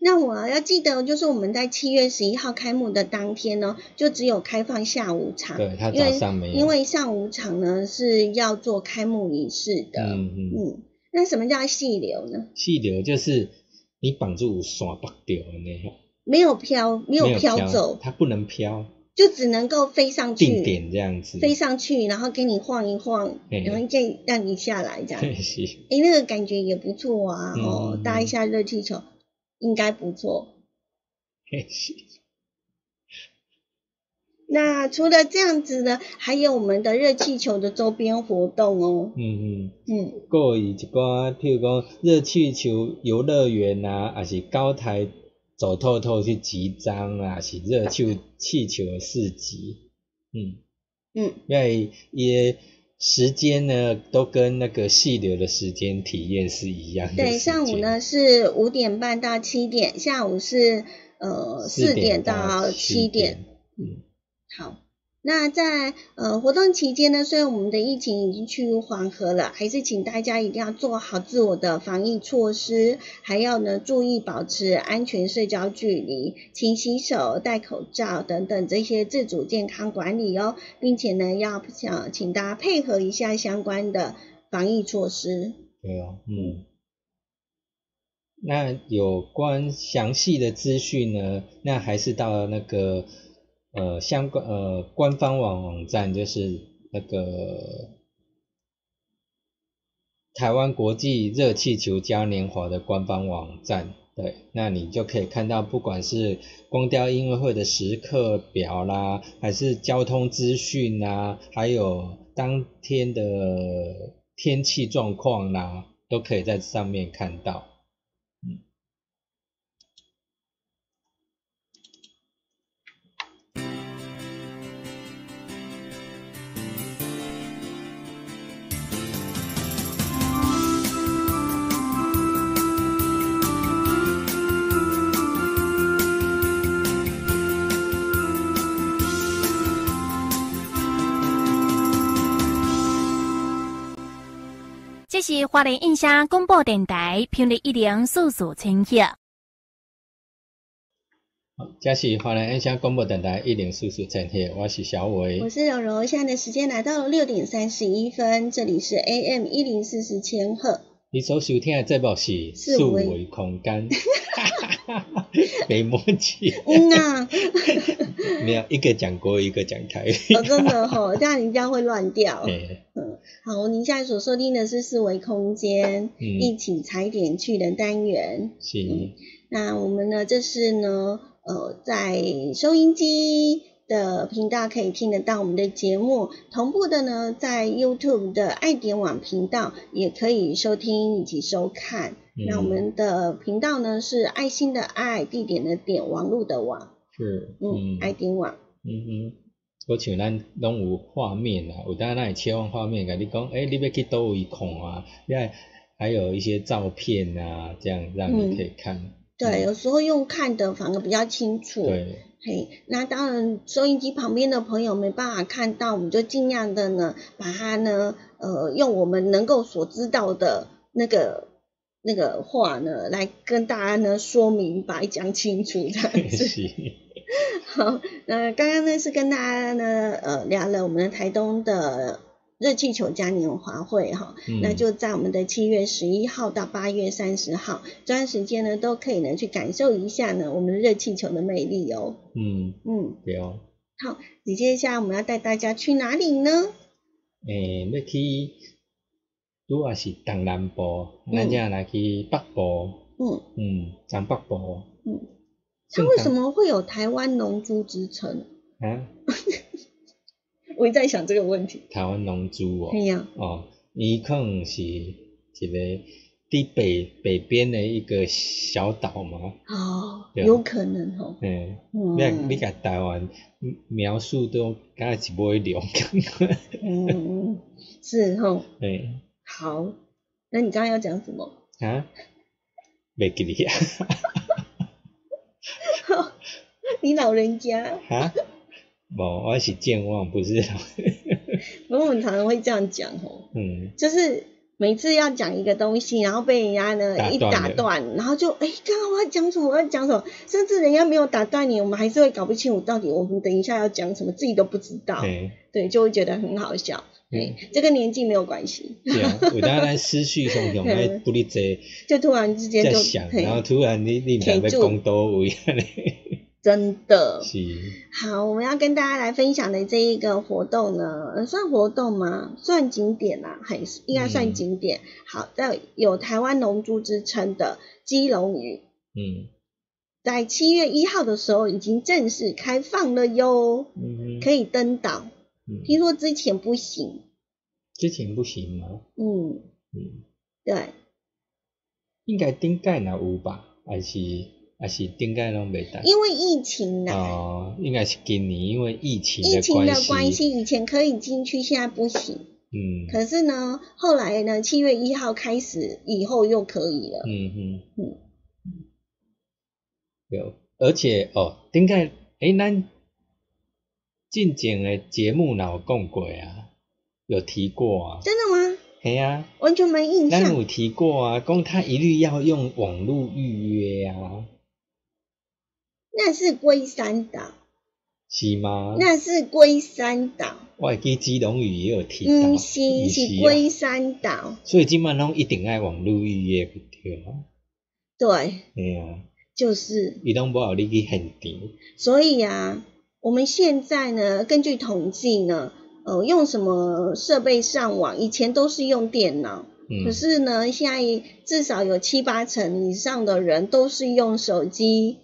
Speaker 3: 那我要记得，就是我们在七月十一号开幕的当天呢，就只有开放下午场，
Speaker 2: 对，它
Speaker 3: 因
Speaker 2: 早
Speaker 3: 为
Speaker 2: 上没有。
Speaker 3: 因为上午场呢是要做开幕仪式的。
Speaker 2: 嗯嗯，
Speaker 3: 嗯那什么叫细流呢？
Speaker 2: 细流就是你绑住有线绑掉的那样，
Speaker 3: 没有飘，没有飘走，
Speaker 2: 它不能飘，
Speaker 3: 就只能够飞上去，
Speaker 2: 定点这样子。
Speaker 3: 飞 上去，然后给你晃一晃，
Speaker 2: 嗯嘿
Speaker 3: 然后再让你下来这样。
Speaker 2: 对是
Speaker 3: 诶，那个感觉也不错啊，哦
Speaker 2: 嗯，
Speaker 3: 搭一下热气球应该不错。
Speaker 2: 嘿是
Speaker 3: 那除了这样子呢，还有我们的热气球的周边活动哦。
Speaker 2: 嗯嗯。
Speaker 3: 嗯
Speaker 2: 过以一寡，譬如讲热气球游乐园啊，还是高台走透透去集章啊，还是热气气球的市集，嗯，
Speaker 3: 嗯，
Speaker 2: 因为也时间呢都跟那个细流的时间体验是一样的。
Speaker 3: 对，上午，呢是五点半到七点，下午是呃四
Speaker 2: 4
Speaker 3: 点
Speaker 2: 点嗯
Speaker 3: 到
Speaker 2: 到
Speaker 3: 七
Speaker 2: 7
Speaker 3: 点
Speaker 2: 点。
Speaker 3: 好，那在呃活动期间呢，虽然我们的疫情已经趋于缓和了，还是请大家一定要做好自我的防疫措施，还要呢注意保持安全社交距离，勤洗手、戴口罩等等这些自主健康管理哦，并且呢要想请大家配合一下相关的防疫措施。
Speaker 2: 对哦，嗯。那有关详细的资讯呢，那还是到那个呃相关呃官方网网站，就是那个台湾国际热气球嘉年华的官方网站。对，那你就可以看到，不管是光雕音乐会的时刻表啦，还是交通资讯啦，还有当天的天气状况啦，都可以在上面看到。
Speaker 4: 这是花莲印象广播电台频率一零四四千赫。
Speaker 2: 好，这是华南音响广播电台一零四四呈现，我是小伟
Speaker 3: 我。是柔柔，现在的时间来到了六点三十一分，这里是 AM 一零四四千赫。
Speaker 2: 你所收听的节目是
Speaker 3: 四维
Speaker 2: 四维空间，没默契，
Speaker 3: 嗯啊，
Speaker 2: 没有一个讲国语，一个讲台语。
Speaker 3: 哦、真的吼、这样人家会乱掉。
Speaker 2: 对，
Speaker 3: 好，您现在所收听的是四维空间，一
Speaker 2: 嗯，
Speaker 3: 起踩点去的单元。
Speaker 2: 是，嗯
Speaker 3: 那我们呢，这是呢，呃，在收音机的频道可以听得到我们的节目，同步的呢，在 YouTube 的爱点网频道也可以收听以及收看。
Speaker 2: 嗯
Speaker 3: 那我们的频道呢是爱心的爱，地点的点，网络的网，
Speaker 2: 是，
Speaker 3: 嗯，
Speaker 2: 嗯，
Speaker 3: 爱点网。
Speaker 2: 嗯哼，我像咱拢有画面啊，有当咱会切换画面，甲你讲，诶、你要去倒位看啊，你还还有一些照片啊，这样让
Speaker 3: 嗯
Speaker 2: 你可以看。嗯
Speaker 3: 对，有时候用看的反而比较清楚。
Speaker 2: 对，
Speaker 3: 嘿，那当然，收音机旁边的朋友没办法看到，我们就尽量的呢，把它呢，呃，用我们能够所知道的那个那个话呢，来跟大家呢说明白、讲清楚这样子。
Speaker 2: 是，
Speaker 3: 好，那刚刚呢是跟大家呢，呃，聊了我们台东的热气球嘉年华会哈，
Speaker 2: 嗯
Speaker 3: 那就在我们的七月十一号到八月三十号这段时间呢，都可以呢去感受一下呢我们热气球的魅力哦。
Speaker 2: 嗯，
Speaker 3: 嗯。
Speaker 2: 对哦，
Speaker 3: 好，紧接下来我们要带大家去哪里呢？
Speaker 2: 诶、要去，如果是东南部，
Speaker 3: 嗯
Speaker 2: 咱才来去北部，
Speaker 3: 嗯，
Speaker 2: 嗯，东北部，
Speaker 3: 嗯，它
Speaker 2: 算
Speaker 3: 为
Speaker 2: 东
Speaker 3: 什么会有台湾龙珠之称？
Speaker 2: 啊？
Speaker 3: 我一直在想这个问题。
Speaker 2: 台湾龙珠哦，
Speaker 3: 哎呀，
Speaker 2: 哦，伊可能是一个伫北北边的一个小岛嘛，
Speaker 3: 哦，
Speaker 2: 对啊
Speaker 3: 有可能哦。
Speaker 2: 嗯，你若
Speaker 3: 嗯
Speaker 2: 你甲台湾描述都敢若是尾龙咁，
Speaker 3: 嗯，是哦。
Speaker 2: 诶，
Speaker 3: 好，那你刚刚要讲什么？
Speaker 2: 啊，袂记哩啊，
Speaker 3: 你老人家，
Speaker 2: 哈， 无，我是健忘，不是，
Speaker 3: 我们常常会这样讲哦，
Speaker 2: 嗯，
Speaker 3: 就是。每次要讲一个东西，然后被人
Speaker 2: 打
Speaker 3: 家呢一
Speaker 2: 断
Speaker 3: 打
Speaker 2: 了
Speaker 3: 断，然后就哎，刚刚我要讲什么？我要讲什么？甚至人家没有打断你，我们还是会搞不清楚到底我们等一下要讲什么，自己都不知道。
Speaker 2: 诶，
Speaker 3: 对，就会觉得很好笑。对，
Speaker 2: 嗯
Speaker 3: 这跟年纪没有关系，
Speaker 2: 对啊，有当咱思绪上 上咧不哩济，
Speaker 3: 就突然之间
Speaker 2: 在
Speaker 3: 就
Speaker 2: 想，
Speaker 3: 嘿
Speaker 2: 然后突然你你毋知要讲倒位安 尼，
Speaker 3: 真的
Speaker 2: 是，
Speaker 3: 好，我们要跟大家来分享的这一个活动呢，呃算活动吗？算景点啦、还是应该算
Speaker 2: 嗯
Speaker 3: 景点。好，在有台湾龙珠之称的基隆屿，
Speaker 2: 嗯
Speaker 3: 在七月一号的时候已经正式开放了哟，
Speaker 2: 嗯
Speaker 3: 可以登岛。
Speaker 2: 嗯，
Speaker 3: 听说之前不行，
Speaker 2: 之前不行吗？
Speaker 3: 嗯，
Speaker 2: 嗯。
Speaker 3: 对，
Speaker 2: 应该顶届若有吧，还是还是顶届拢袂得。
Speaker 3: 因为疫情啊啦。
Speaker 2: 哦，应该是今年因为疫情
Speaker 3: 疫情的
Speaker 2: 系，
Speaker 3: 关系，以前可以进去，现在不行。
Speaker 2: 嗯
Speaker 3: 可是呢，后来呢，七月一号开始以后又可以了。
Speaker 2: 嗯嗯
Speaker 3: 嗯
Speaker 2: 嗯，有，而且哦，顶届诶，咱进前的节目哪有讲过啊？有提过啊？
Speaker 3: 真的吗？
Speaker 2: 嘿啊，
Speaker 3: 完全没印
Speaker 2: 咱
Speaker 3: 象。
Speaker 2: 有提过啊，讲他一律要用网络预约啊，
Speaker 3: 那是龟山岛，
Speaker 2: 是吗？
Speaker 3: 那是龟山岛，
Speaker 2: 我会记基隆语也有提到，
Speaker 3: 嗯，是
Speaker 2: 不
Speaker 3: 是
Speaker 2: 啊
Speaker 3: 龟山岛，
Speaker 2: 所以今晚拢一定爱网络预约不对啊？
Speaker 3: 对，
Speaker 2: 嘿啊，
Speaker 3: 就是。
Speaker 2: 伊拢无互你去现场，
Speaker 3: 所以啊，我们现在呢，根据统计呢，呃，用什么设备上网，以前都是用电脑，
Speaker 2: 嗯，
Speaker 3: 可是呢，现在至少有七八成以上的人都是用手机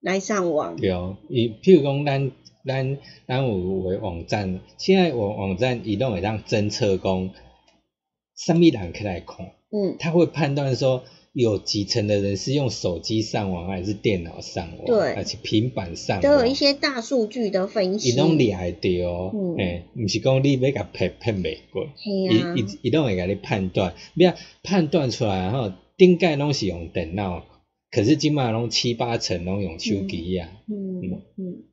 Speaker 3: 来上网。
Speaker 2: 对哦，伊譬如讲咱咱咱有有的网站，现在网网站伊拢会让侦测讲，什么人起来看，
Speaker 3: 嗯，
Speaker 2: 他会判断说有几成的人是用手机上网，还是电脑上网，
Speaker 3: 对
Speaker 2: 还是平板上网，
Speaker 3: 都有一些大数据的分析。
Speaker 2: 伊拢掠会着哦
Speaker 3: 嗯，
Speaker 2: 嘿、毋是讲你要甲骗骗袂过，
Speaker 3: 嘿
Speaker 2: 伊
Speaker 3: 啊，
Speaker 2: 伊伊拢会甲你判断，要判断出来吼，顶届拢是用电脑，可是即满拢七八成拢用手机啊。
Speaker 3: 嗯嗯，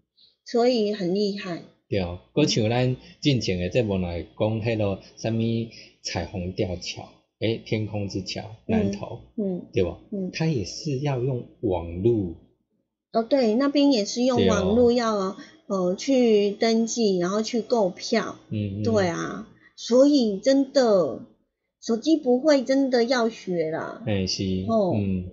Speaker 3: 所以很厉害。
Speaker 2: 对，佮像咱进前的节目内讲迄个啥物彩虹吊桥，诶，天空之桥南投，
Speaker 3: 嗯
Speaker 2: 对不？
Speaker 3: 嗯，
Speaker 2: 它也是要用网络，
Speaker 3: 哦对，那边也是用
Speaker 2: 对哦
Speaker 3: 网络要、呃去登记，然后去购票。
Speaker 2: 嗯，嗯
Speaker 3: 对，啊，所以真的手机不会真的要学啦。
Speaker 2: 诶哎是，
Speaker 3: 哦
Speaker 2: 嗯，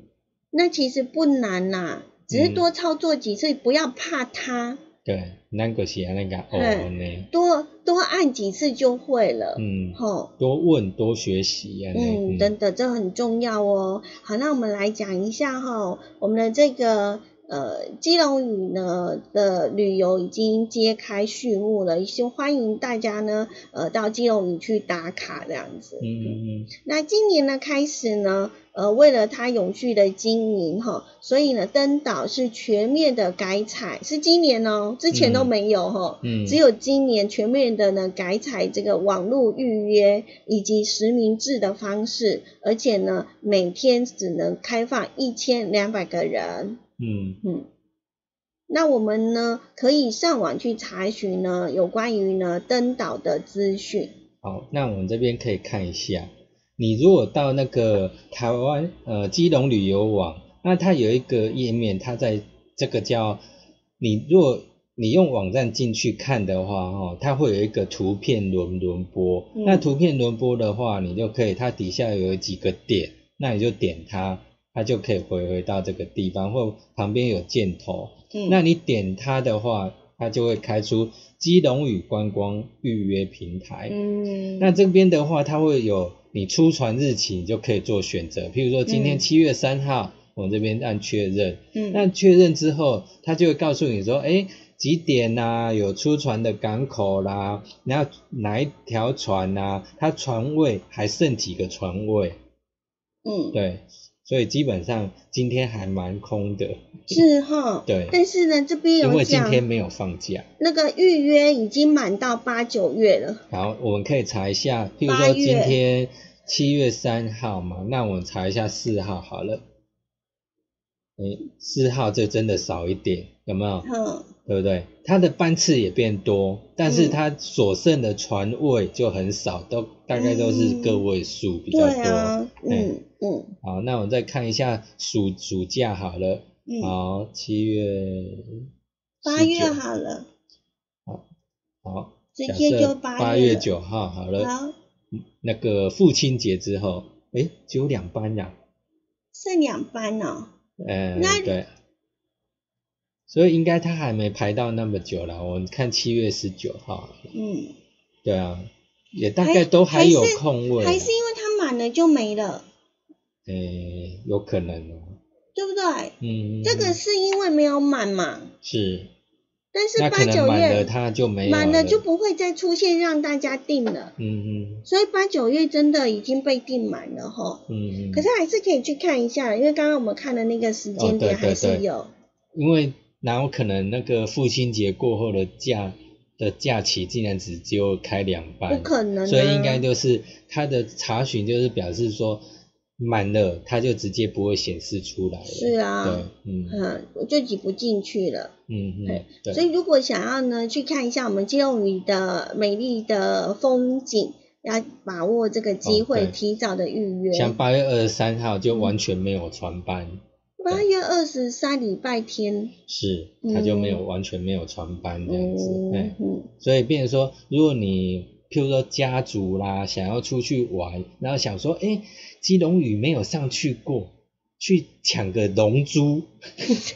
Speaker 3: 那其实不难啦，只是
Speaker 2: 嗯
Speaker 3: 多操作几次，不要怕它，
Speaker 2: 对，咱就是安尼甲学
Speaker 3: 嘿
Speaker 2: 安尼，
Speaker 3: 多多按几次就会了。
Speaker 2: 嗯，
Speaker 3: 吼，
Speaker 2: 多问多学习安尼，
Speaker 3: 嗯，真的这很重要哦。好，那我们来讲一下哈、我们的这个呃基隆屿呢的旅游已经揭开序幕了，就欢迎大家呢呃到基隆屿去打卡这样子。
Speaker 2: 嗯嗯嗯，
Speaker 3: 那今年呢开始呢，呃，为了它永续的经营哈，所以呢，登岛是全面的改采，是今年哦，之前都
Speaker 2: 嗯
Speaker 3: 没有哈，
Speaker 2: 嗯
Speaker 3: 只有今年全面的呢改采这个网络预约以及实名制的方式，而且呢，每天只能开放一千两百个人，
Speaker 2: 嗯
Speaker 3: 嗯。那我们呢，可以上网去查询呢有关于呢登岛的资讯。
Speaker 2: 好，那我们这边可以看一下，你如果到那个台湾呃基隆旅游网，那它有一个页面，它在这个叫你如果你用网站进去看的话，哦，它会有一个图片轮轮播。
Speaker 3: 嗯
Speaker 2: 那图片轮播的话，你就可以它底下有几个点，那你就点它，它就可以回回到这个地方，或旁边有箭头，
Speaker 3: 嗯
Speaker 2: 那你点它的话，它就会开出基隆屿观光预约平台。
Speaker 3: 嗯，
Speaker 2: 那这边的话，它会有你出船日期，你就可以做选择。譬如说今天
Speaker 3: 嗯
Speaker 2: 七月三号，我们这边按确认。
Speaker 3: 嗯
Speaker 2: 那确认之后，它就会告诉你说，哎、几点呐、有出船的港口啦，然后哪一条船呐、它船位还剩几个船位？
Speaker 3: 嗯，
Speaker 2: 对，所以基本上今天还蛮空的，
Speaker 3: 是哈，
Speaker 2: 对
Speaker 3: 但是呢，这边
Speaker 2: 因
Speaker 3: 有
Speaker 2: 为今
Speaker 3: 讲
Speaker 2: 天没有放假。
Speaker 3: 那个预约已经满到八九月了。
Speaker 2: 好，我们可以查一下，譬如
Speaker 3: 八
Speaker 2: 说
Speaker 3: 月
Speaker 2: 今天七月三号嘛，那我们查一下四号好了。诶，四号就真的少一点，有没有？
Speaker 3: 嗯，
Speaker 2: 对不对？它的班次也变多，但是
Speaker 3: 嗯
Speaker 2: 它所剩的船位就很少，都大概都是个位数比较
Speaker 3: 对
Speaker 2: 多。
Speaker 3: 啊，嗯
Speaker 2: 嗯
Speaker 3: 嗯
Speaker 2: 好，那我们再看一下暑暑假好了。
Speaker 3: 嗯，
Speaker 2: 好，七月
Speaker 3: 八月
Speaker 2: 19
Speaker 3: 好了，
Speaker 2: 好，
Speaker 3: 直
Speaker 2: 假
Speaker 3: 接
Speaker 2: 设
Speaker 3: 就
Speaker 2: 八
Speaker 3: 月
Speaker 2: 月
Speaker 3: 了。
Speaker 2: 九号好了。
Speaker 3: 好，
Speaker 2: 那个父亲节之后，诶，只有两班啊呀、
Speaker 3: 剩两班哦。
Speaker 2: 嗯、
Speaker 3: 那
Speaker 2: 对，所以应该他还没排到那么久了。我们看七月十九号，
Speaker 3: 嗯，
Speaker 2: 对啊，也大概都
Speaker 3: 还
Speaker 2: 有
Speaker 3: 还是
Speaker 2: 空位，
Speaker 3: 还是因为它满了就没了，
Speaker 2: 诶，有可能哦，
Speaker 3: 对不对？
Speaker 2: 嗯，
Speaker 3: 这个是因为没有满嘛，
Speaker 2: 是，
Speaker 3: 但是
Speaker 2: 那
Speaker 3: 八
Speaker 2: 可能
Speaker 3: 九
Speaker 2: 满了
Speaker 3: 月
Speaker 2: 他就没有
Speaker 3: 满了就，不会再出现让大家订了，
Speaker 2: 嗯嗯
Speaker 3: 所以八九月真的已经被订满了吼。
Speaker 2: 嗯，嗯
Speaker 3: 可是还是可以去看一下，因为刚刚我们看的那个时
Speaker 2: 哦
Speaker 3: 间
Speaker 2: 对
Speaker 3: 点还
Speaker 2: 对
Speaker 3: 是
Speaker 2: 对
Speaker 3: 有。
Speaker 2: 因为哪有可能那个父亲节过后的假的假期竟然只只有开两班？
Speaker 3: 不可能啊
Speaker 2: 所以应该就是他的查询就是表示说，慢热，它就直接不会显示出来了。
Speaker 3: 是啊，
Speaker 2: 对，嗯
Speaker 3: 嗯，我就挤不进去了。
Speaker 2: 嗯嗯
Speaker 3: 对，
Speaker 2: 对，
Speaker 3: 所以如果想要呢去看一下我们基隆屿的美丽的风景，要把握这个机
Speaker 2: 哦
Speaker 3: 会，
Speaker 2: 对
Speaker 3: 提早的预约。
Speaker 2: 像八月二十三号就
Speaker 3: 嗯
Speaker 2: 完全没有船班，
Speaker 3: 八月二十三礼拜天，
Speaker 2: 是，它就没有
Speaker 3: 嗯
Speaker 2: 完全没有船班这样子，哎、
Speaker 3: 嗯嗯
Speaker 2: 所以变成说，如果你譬如说家族啦，想要出去玩，然后想说，哎、基隆屿没有上去过，去抢个龙珠，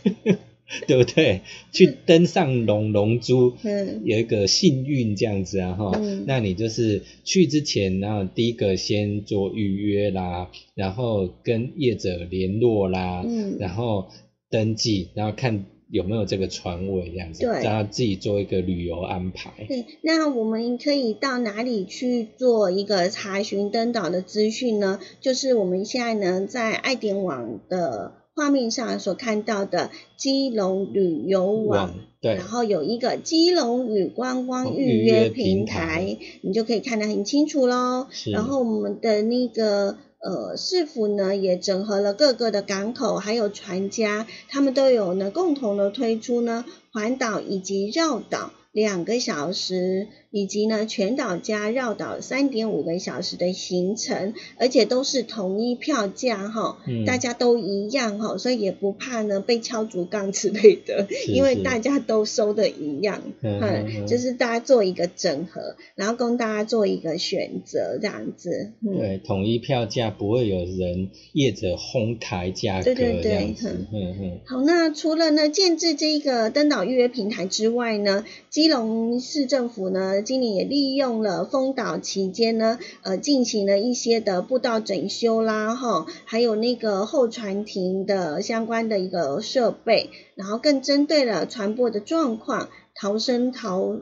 Speaker 2: 对不对？去登上龙龙珠，
Speaker 3: 嗯
Speaker 2: 有一个幸运这样子啊哈。
Speaker 3: 嗯
Speaker 2: 那你就是去之前，然后第一个先做预约啦，然后跟业者联络啦，
Speaker 3: 嗯
Speaker 2: 然后登记，然后看有没有这个船位这样子，
Speaker 3: 对
Speaker 2: 然后自己做一个旅游安排。
Speaker 3: 对，嗯那我们可以到哪里去做一个查询登岛的资讯呢？就是我们现在呢在爱点网的画面上所看到的基隆旅游网
Speaker 2: 网。对哦
Speaker 3: 然后有一个基隆与观光
Speaker 2: 预
Speaker 3: 预
Speaker 2: 约
Speaker 3: 约
Speaker 2: 平
Speaker 3: 平
Speaker 2: 台
Speaker 3: 台，你就可以看得很清楚喽。
Speaker 2: 是
Speaker 3: 然后我们的那个呃市府呢，也整合了各个的港口还有船家，他们都有呢共同的推出呢环岛以及绕岛。两个小时，以及呢全岛加绕岛三点五个小时的行程，而且都是统一票价哈，
Speaker 2: 嗯
Speaker 3: 大家都一样哈，所以也不怕呢被敲竹杠之类的。因为
Speaker 2: 是
Speaker 3: 大家都收的一样，
Speaker 2: 嗯嗯嗯
Speaker 3: 嗯，就是大家做一个整合，然后供大家做一个选择，这样子，嗯，
Speaker 2: 对统一票价不会有人业者哄抬价格
Speaker 3: 对对对
Speaker 2: 这样子，嗯嗯，
Speaker 3: 好，那除了呢建制这一个登岛预约平台之外呢，基隆市政府呢今年也利用了封岛期间呢，呃，进行了一些的步道整修啦，哈，还有那个后船亭的相关的一个设备，然后更针对了船舶的状况、逃生逃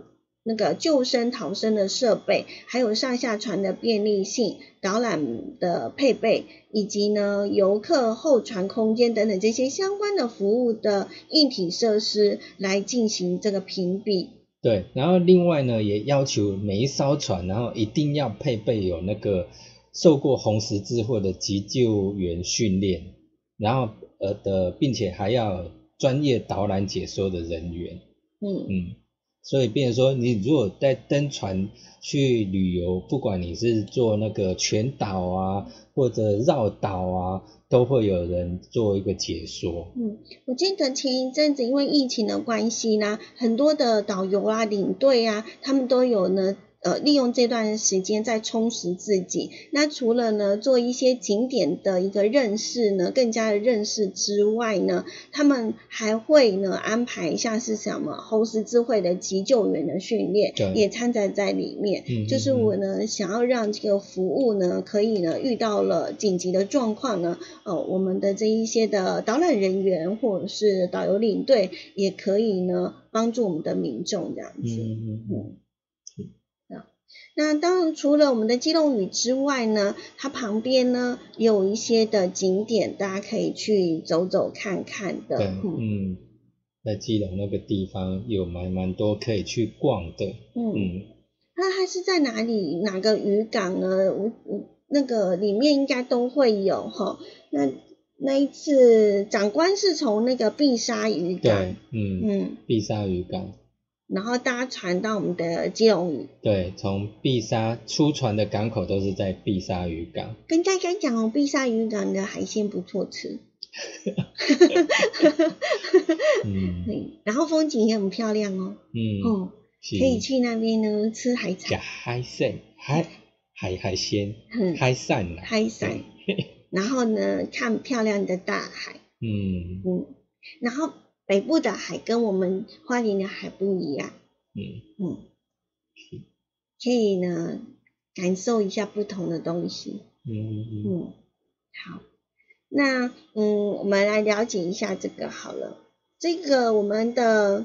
Speaker 3: 那个救生逃生的设备，还有上下船的便利性、导览的配备，以及呢游客后船空间等等这些相关的服务的硬体设施来进行这个评比。
Speaker 2: 对。然后另外呢，也要求每一艘船，然后一定要配备有那个受过红十字会的急救员训练，然后呃的，并且还要有专业导览解说的人员，
Speaker 3: 嗯，
Speaker 2: 嗯。所以，变成说，你如果在登船去旅游，不管你是做那个全岛啊，或者绕岛啊，都会有人做一个解说。
Speaker 3: 我记得前一阵子因为疫情的关系呢，很多的导游啊、领队啊，他们都有呢。呃，利用这段时间在充实自己。那除了呢做一些景点的一个认识呢，更加的认识之外呢，他们还会呢安排像是什么红十字会的急救员的训练
Speaker 2: 对，
Speaker 3: 也掺杂在里面。
Speaker 2: 嗯
Speaker 3: 就是
Speaker 2: 嗯嗯
Speaker 3: 我呢想要让这个服务呢可以呢遇到了紧急的状况呢，呃，我们的这一些的导览人员或者是导游领队也可以呢帮助我们的民众这样
Speaker 2: 嗯
Speaker 3: 子。
Speaker 2: 嗯嗯，
Speaker 3: 那当然，除了我们的基隆屿之外呢，它旁边呢有一些的景点，大家可以去走走看看的。
Speaker 2: 对，
Speaker 3: 嗯
Speaker 2: 嗯，在基隆那个地方有蛮蛮多可以去逛的，
Speaker 3: 嗯，
Speaker 2: 嗯，
Speaker 3: 那它是在哪里？哪个渔港呢？我我那个里面应该都会有哈。那那一次长官是从那个碧沙渔
Speaker 2: 对
Speaker 3: 港，，
Speaker 2: 嗯，
Speaker 3: 嗯，
Speaker 2: 碧沙渔港，
Speaker 3: 然后搭船到我们的基隆屿。
Speaker 2: 对，从碧沙出船的港口都是在碧沙渔港，
Speaker 3: 跟大家讲哦，碧沙渔港的海鲜不错吃，
Speaker 2: 嗯
Speaker 3: 嗯，然后风景也很漂亮哦，
Speaker 2: 嗯，
Speaker 3: 哦，
Speaker 2: 可
Speaker 3: 可以去那边呢吃海
Speaker 2: 假
Speaker 3: 产，
Speaker 2: 海鲜，海海海鲜，
Speaker 3: 嗯，
Speaker 2: 海产啦，
Speaker 3: 海产，然后呢看漂亮的大海，
Speaker 2: 嗯
Speaker 3: 嗯，然后北部的海跟我们花莲的海不一样，
Speaker 2: 嗯，
Speaker 3: 嗯，可以呢感受一下不同的东西，
Speaker 2: 嗯嗯
Speaker 3: 嗯，好，那嗯，我们来了解一下这个好了。这个我们的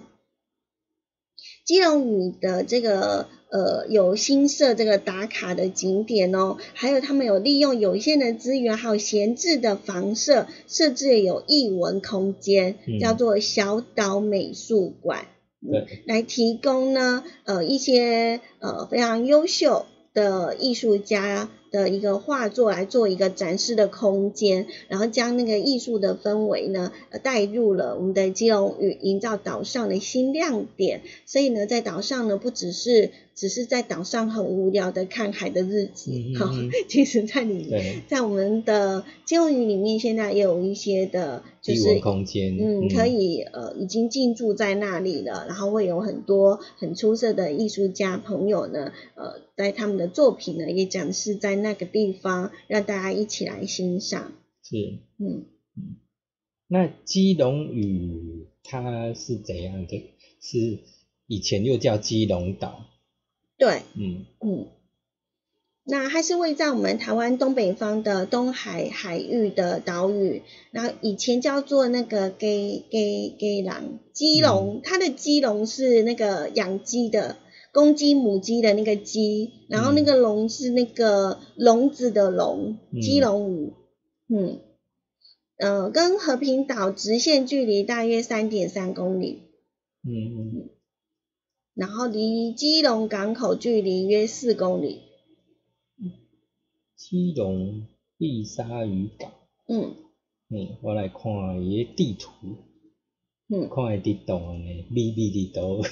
Speaker 3: 基隆屿的这个呃有新设这个打卡的景点哦，还有他们有利用有限的资源，还有闲置的房舍，设置有艺文空间，
Speaker 2: 嗯
Speaker 3: 叫做小岛美术馆。
Speaker 2: 嗯，对，
Speaker 3: 来提供呢呃一些呃非常优秀的艺术家的一个画作来做一个展示的空间，然后将那个艺术的氛围呢呃带入了我们的基隆屿，营造岛上的新亮点。所以呢，在岛上呢，不只是只是在岛上很无聊的看海的日子，
Speaker 2: 嗯
Speaker 3: 好、
Speaker 2: 嗯嗯
Speaker 3: 其实在里面，
Speaker 2: 对，
Speaker 3: 在我们的基隆屿里面，现在也有一些的，就
Speaker 2: 艺
Speaker 3: 是
Speaker 2: 文空间，
Speaker 3: 嗯，可以呃，已经进驻在那里了，然后会有很多很出色的艺术家朋友呢，呃，在他们的作品呢也展示在那个地方，让大家一起来欣赏。
Speaker 2: 是。
Speaker 3: 嗯，
Speaker 2: 那基隆屿它是怎样的？是以前又叫基隆岛，
Speaker 3: 对，
Speaker 2: 嗯，
Speaker 3: 嗯，那它是位在我们台湾东北方的东海海域的岛屿，然后以前叫做那个 gay gay gay 狼基隆，它的基隆是那个养鸡的。公鸡、母鸡的那个鸡，然后那个笼是那个笼子的笼，
Speaker 2: 嗯
Speaker 3: 基隆屿，嗯，呃，跟和平岛直线距离大约三点三公里，
Speaker 2: 嗯嗯，
Speaker 3: 然后离基隆港口距离约四公里，
Speaker 2: 基隆碧沙渔港，
Speaker 3: 嗯，
Speaker 2: 嗯，我来看伊个地图，
Speaker 3: 嗯
Speaker 2: 看会伫倒呢，秘密伫倒，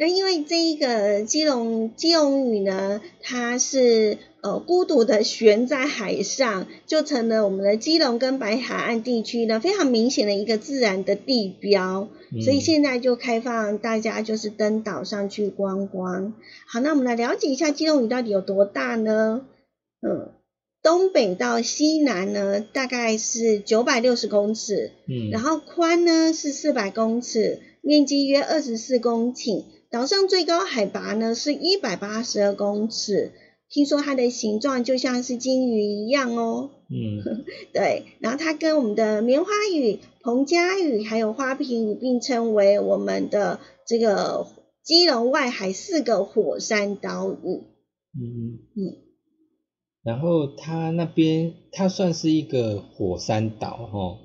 Speaker 3: 那因为这一个基隆基隆屿呢，它是呃孤独的悬在海上，就成了我们的基隆跟白海岸地区呢非常明显的一个自然的地标，
Speaker 2: 嗯
Speaker 3: 所以现在就开放大家就是登岛上去观光。好，那我们来了解一下基隆屿到底有多大呢？嗯，东北到西南呢，大概是九百六十公尺，
Speaker 2: 嗯，
Speaker 3: 然后宽呢是四百公尺，面积约二十四公顷。岛上最高海拔呢是一百八十二公尺，听说它的形状就像是金鱼一样哦。
Speaker 2: 嗯
Speaker 3: 对，然后它跟我们的棉花鱼、彭佳鱼还有花瓶鱼并称为我们的这个基隆外海四个火山岛屿。
Speaker 2: 嗯
Speaker 3: 嗯，
Speaker 2: 然后它那边它算是一个火山岛哈，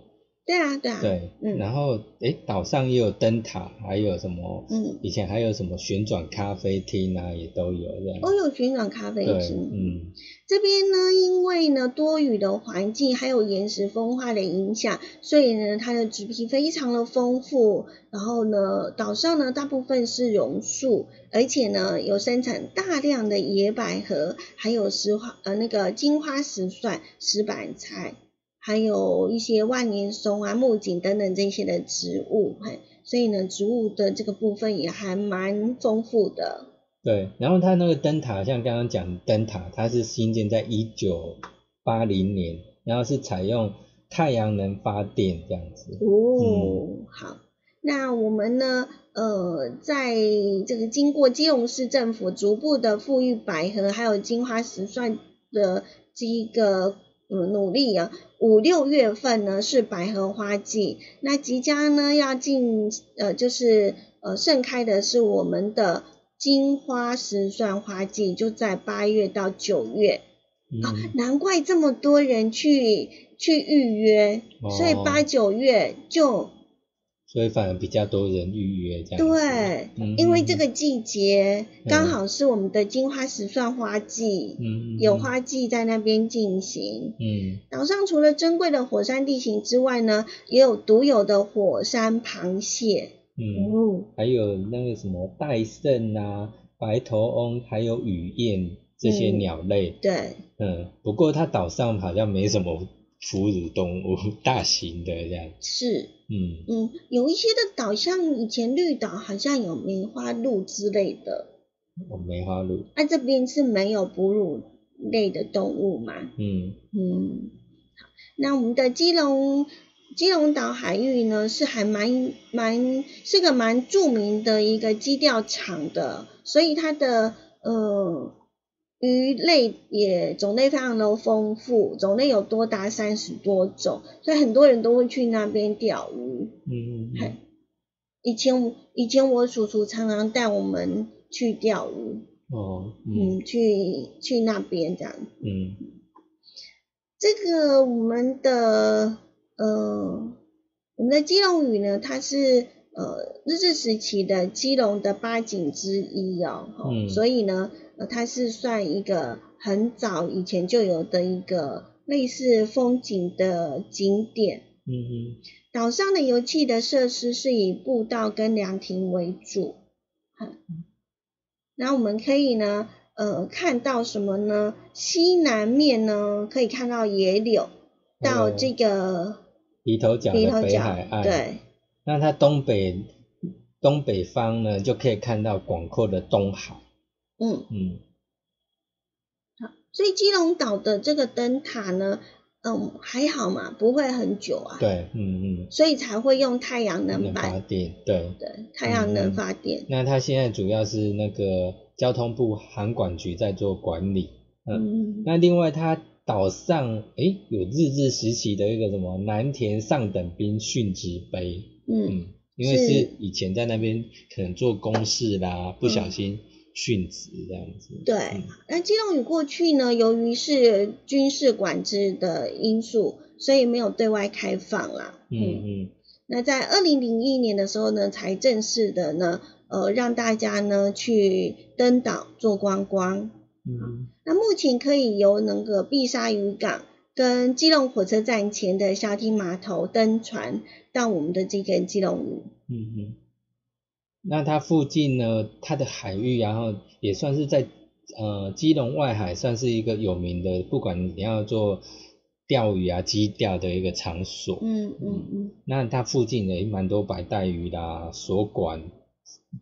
Speaker 3: 对啊，对啊，
Speaker 2: 对，
Speaker 3: 嗯
Speaker 2: 然后诶，岛上也有灯塔，还有什么？
Speaker 3: 嗯，
Speaker 2: 以前还有什么旋转咖啡厅啊，也都有这样。
Speaker 3: 我有旋转咖啡
Speaker 2: 对，
Speaker 3: 厅。
Speaker 2: 嗯
Speaker 3: 这边呢，因为呢多雨的环境，还有岩石风化的影响，所以呢它的植被非常的丰富。然后呢，岛上呢大部分是榕树，而且呢有生产大量的野百合，还有石花呃那个金花石蒜、石板菜，还有一些万年松啊、木槿等等这些的植物。嘿，所以呢植物的这个部分也还蛮丰富的。
Speaker 2: 对。然后它那个灯塔，像刚刚讲灯塔，它是新建在一九八零年，然后是采用太阳能发电这样子。
Speaker 3: 哦，好，那我们呢？呃，在这个经过基隆市政府逐步的富裕百合还有金花石蒜的这一个呃努力啊，五六月份呢是百合花季，那即将呢要进呃就是呃盛开的是我们的金花石蒜花季，就在八月到九月。
Speaker 2: 嗯，
Speaker 3: 难怪这么多人去去预约，
Speaker 2: 哦
Speaker 3: 所以八九月就
Speaker 2: 所以反而比较多人预约这样子。
Speaker 3: 对，
Speaker 2: 嗯，
Speaker 3: 因为这个季节
Speaker 2: 嗯
Speaker 3: 刚好是我们的金花石蒜花季，
Speaker 2: 嗯
Speaker 3: 有。花季在那边进行。
Speaker 2: 嗯
Speaker 3: 岛上除了珍贵的火山地形之外呢，也有独有的火山螃蟹。
Speaker 2: 嗯，
Speaker 3: 哦，
Speaker 2: 还有那个什么戴胜啊、白头翁，还有雨燕这些
Speaker 3: 嗯
Speaker 2: 鸟类。
Speaker 3: 对，
Speaker 2: 嗯，不过它岛上好像没什么哺乳动物，大型的这样。
Speaker 3: 是，
Speaker 2: 嗯，
Speaker 3: 嗯，有一些的岛像以前绿岛好像有梅花鹿之类的，
Speaker 2: 哦，梅花鹿。
Speaker 3: 那、这边是没有哺乳类的动物嘛？
Speaker 2: 嗯
Speaker 3: 嗯，好，那我们的基隆基隆岛海域呢，是还蛮蛮是个蛮著名的一个基钓场的，所以它的呃鱼类也种类非常的丰富，种类有多达三十多种，所以很多人都会去那边钓鱼。
Speaker 2: 嗯
Speaker 3: 嗨以前以前我叔叔常常带我们去钓鱼，
Speaker 2: 哦嗯
Speaker 3: 嗯，去去那边这样
Speaker 2: 嗯
Speaker 3: 这个我们的呃，我们的基隆屿呢，它是呃日治时期的基隆的八景之一哦，吼
Speaker 2: 嗯
Speaker 3: 所以呢，呃，它是算一个很早以前就有的一个类似风景的景点。
Speaker 2: 嗯
Speaker 3: 岛上的游憩的设施是以步道跟凉亭为主。嗯那我们可以呢，呃，看到什么呢？西南面呢，可以看到野柳，到
Speaker 2: 哦
Speaker 3: 这个
Speaker 2: 哼，鼻头角
Speaker 3: 鼻
Speaker 2: 的
Speaker 3: 头
Speaker 2: 北
Speaker 3: 角
Speaker 2: 海，岸，，
Speaker 3: 对，
Speaker 2: 那它东北东北方呢，就可以看到广阔的东海，
Speaker 3: 嗯，
Speaker 2: 嗯，
Speaker 3: 所以基隆岛的这个灯塔呢，嗯，还好嘛，不会很久啊，，
Speaker 2: 对，嗯嗯，
Speaker 3: 所以才会用太阳能
Speaker 2: 发
Speaker 3: 板，
Speaker 2: 电，对。
Speaker 3: 对，太
Speaker 2: 嗯
Speaker 3: 阳能发电，
Speaker 2: 那它现在主要是那个交通部航管局在做管理，嗯，
Speaker 3: 嗯，
Speaker 2: 那另外它岛上诶有日治时期的一个什么南田上等兵殉职碑，
Speaker 3: 嗯，
Speaker 2: 嗯，因为是
Speaker 3: 是
Speaker 2: 以前在那边可能做公事啦，不小
Speaker 3: 嗯
Speaker 2: 心殉职这样子，
Speaker 3: 对啊
Speaker 2: 嗯，
Speaker 3: 那基隆屿过去呢，由于是军事管制的因素，所以没有对外开放啦。
Speaker 2: 嗯，嗯
Speaker 3: 那在二零零一年的时候呢，才正式的呢，呃，让大家呢去登岛做观光。
Speaker 2: 嗯
Speaker 3: 那目前可以由那个碧沙渔港跟基隆火车站前的沙堤码头登船到我们的这个基隆屿。
Speaker 2: 嗯嗯，那它附近呢，它的海域，啊然后也算是在呃基隆外海，算是一个有名的，不管你要做钓鱼啊、矶钓的一个场所。
Speaker 3: 嗯嗯嗯，
Speaker 2: 那它附近也蛮多白带鱼啦，所管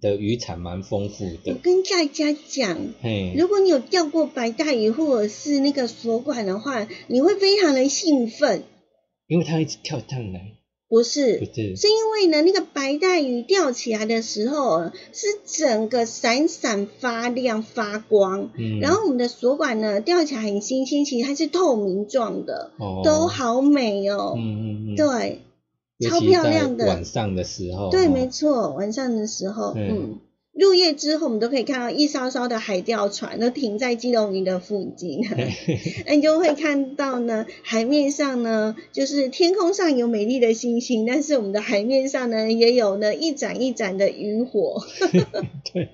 Speaker 2: 的渔产蛮丰富
Speaker 3: 我
Speaker 2: 的。
Speaker 3: 跟大家讲，
Speaker 2: 嘿，
Speaker 3: 嗯如果你有钓过白带鱼或者是那个锁管的话，你会非常的兴奋，
Speaker 2: 因为它一直跳上来，
Speaker 3: 不
Speaker 2: 不
Speaker 3: 是？
Speaker 2: 是？
Speaker 3: 是因为呢，那个白带鱼钓起来的时候啊，是整个闪闪发亮发光。
Speaker 2: 嗯，
Speaker 3: 然后我们的锁管呢，钓起来很新鲜，其实它是透明状的，
Speaker 2: 哦
Speaker 3: 都，好美哦。
Speaker 2: 嗯嗯嗯，，
Speaker 3: 对
Speaker 2: 尤
Speaker 3: 超
Speaker 2: 其
Speaker 3: 漂
Speaker 2: 在
Speaker 3: 亮的
Speaker 2: 晚上的时候，
Speaker 3: 对，
Speaker 2: 哦
Speaker 3: 没错，晚上的时候，
Speaker 2: 对
Speaker 3: 嗯，入夜之后，我们都可以看到一艘艘的海钓船都停在基隆屿的附近。 那你就会看到呢，海面上呢，就是天空上有美丽的星星，但是我们的海面上呢，也有呢一盏一盏的渔火。
Speaker 2: 对，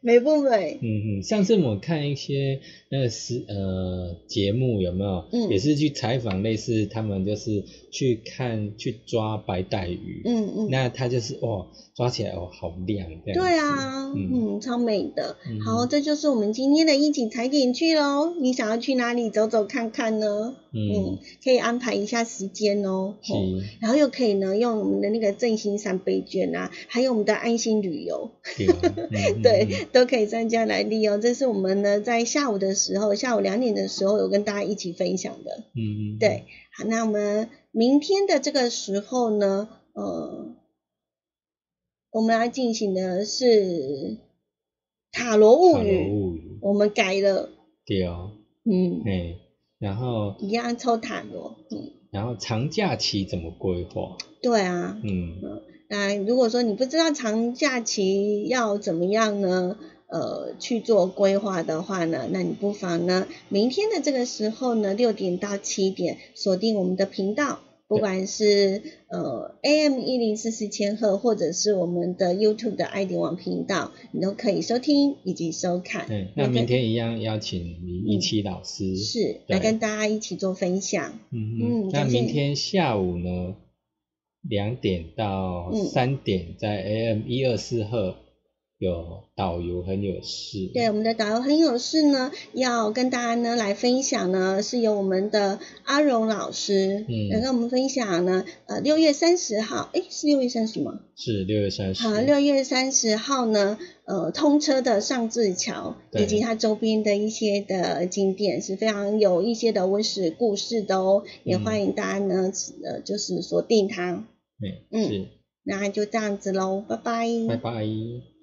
Speaker 3: 美不美？
Speaker 2: 嗯嗯，上次我看一些那个是呃节目有没有？
Speaker 3: 嗯
Speaker 2: 也是去采访类似他们就是去看去抓白带鱼，
Speaker 3: 嗯嗯，
Speaker 2: 那他就是哇抓起来哦好亮这样。
Speaker 3: 对，啊，
Speaker 2: 嗯
Speaker 3: 嗯，超美的。
Speaker 2: 嗯
Speaker 3: 好，这就是我们今天的一起踩点去喽。你想要去哪里走走看看呢？
Speaker 2: 嗯，
Speaker 3: 可以安排一下时间哦。
Speaker 2: 是，
Speaker 3: 哦然后又可以呢，用我们的那个振兴三倍券啊，还有我们的安心旅游，
Speaker 2: 对啊，嗯
Speaker 3: 对，都可以参加来利用。这是我们呢在下午的时候，下午两点的时候有跟大家一起分享的。
Speaker 2: 嗯嗯，嗯
Speaker 3: 对，好，那我们明天的这个时候呢，呃，我们要进行的是塔罗物
Speaker 2: 塔罗
Speaker 3: 语，
Speaker 2: 物语，
Speaker 3: 我们改了，
Speaker 2: 对哦，
Speaker 3: 嗯，
Speaker 2: 哎，然后
Speaker 3: 一样抽塔罗，嗯，
Speaker 2: 然后长假期怎么规划？
Speaker 3: 对啊，
Speaker 2: 嗯
Speaker 3: 那如果说你不知道长假期要怎么样呢，呃，去做规划的话呢，那你不妨呢，明天的这个时候呢，六点到七点锁定我们的频道，不
Speaker 2: 对
Speaker 3: 管是呃 AM 一零四四千赫，或者是我们的 YouTube 的爱点网频道，你都可以收听以及收看。
Speaker 2: 嗯，那明天一样邀请林一期老师，
Speaker 3: 嗯是
Speaker 2: 对
Speaker 3: 来跟大家一起做分享。
Speaker 2: 嗯哼，
Speaker 3: 嗯
Speaker 2: 那
Speaker 3: 感谢
Speaker 2: 明
Speaker 3: 你
Speaker 2: 天下午呢，两点到
Speaker 3: 嗯
Speaker 2: 三点在 AM 一二四赫有导游很有事，
Speaker 3: 对，我们的导游很有事呢，要跟大家呢来分享呢，是由我们的阿荣老师，
Speaker 2: 嗯
Speaker 3: 来跟我们分享呢，呃，六月三十号，诶，是六月三十吗？
Speaker 2: 是六月三十，
Speaker 3: 好，六月三十号呢，呃，通车的上志桥以
Speaker 2: 对
Speaker 3: 及它周边的一些的景点是非常有一些的温史故事的哦，也
Speaker 2: 嗯
Speaker 3: 欢迎大家呢，呃，就是锁定它。
Speaker 2: 对，
Speaker 3: 嗯
Speaker 2: 是，
Speaker 3: 那就这样子喽，拜拜
Speaker 2: 拜拜。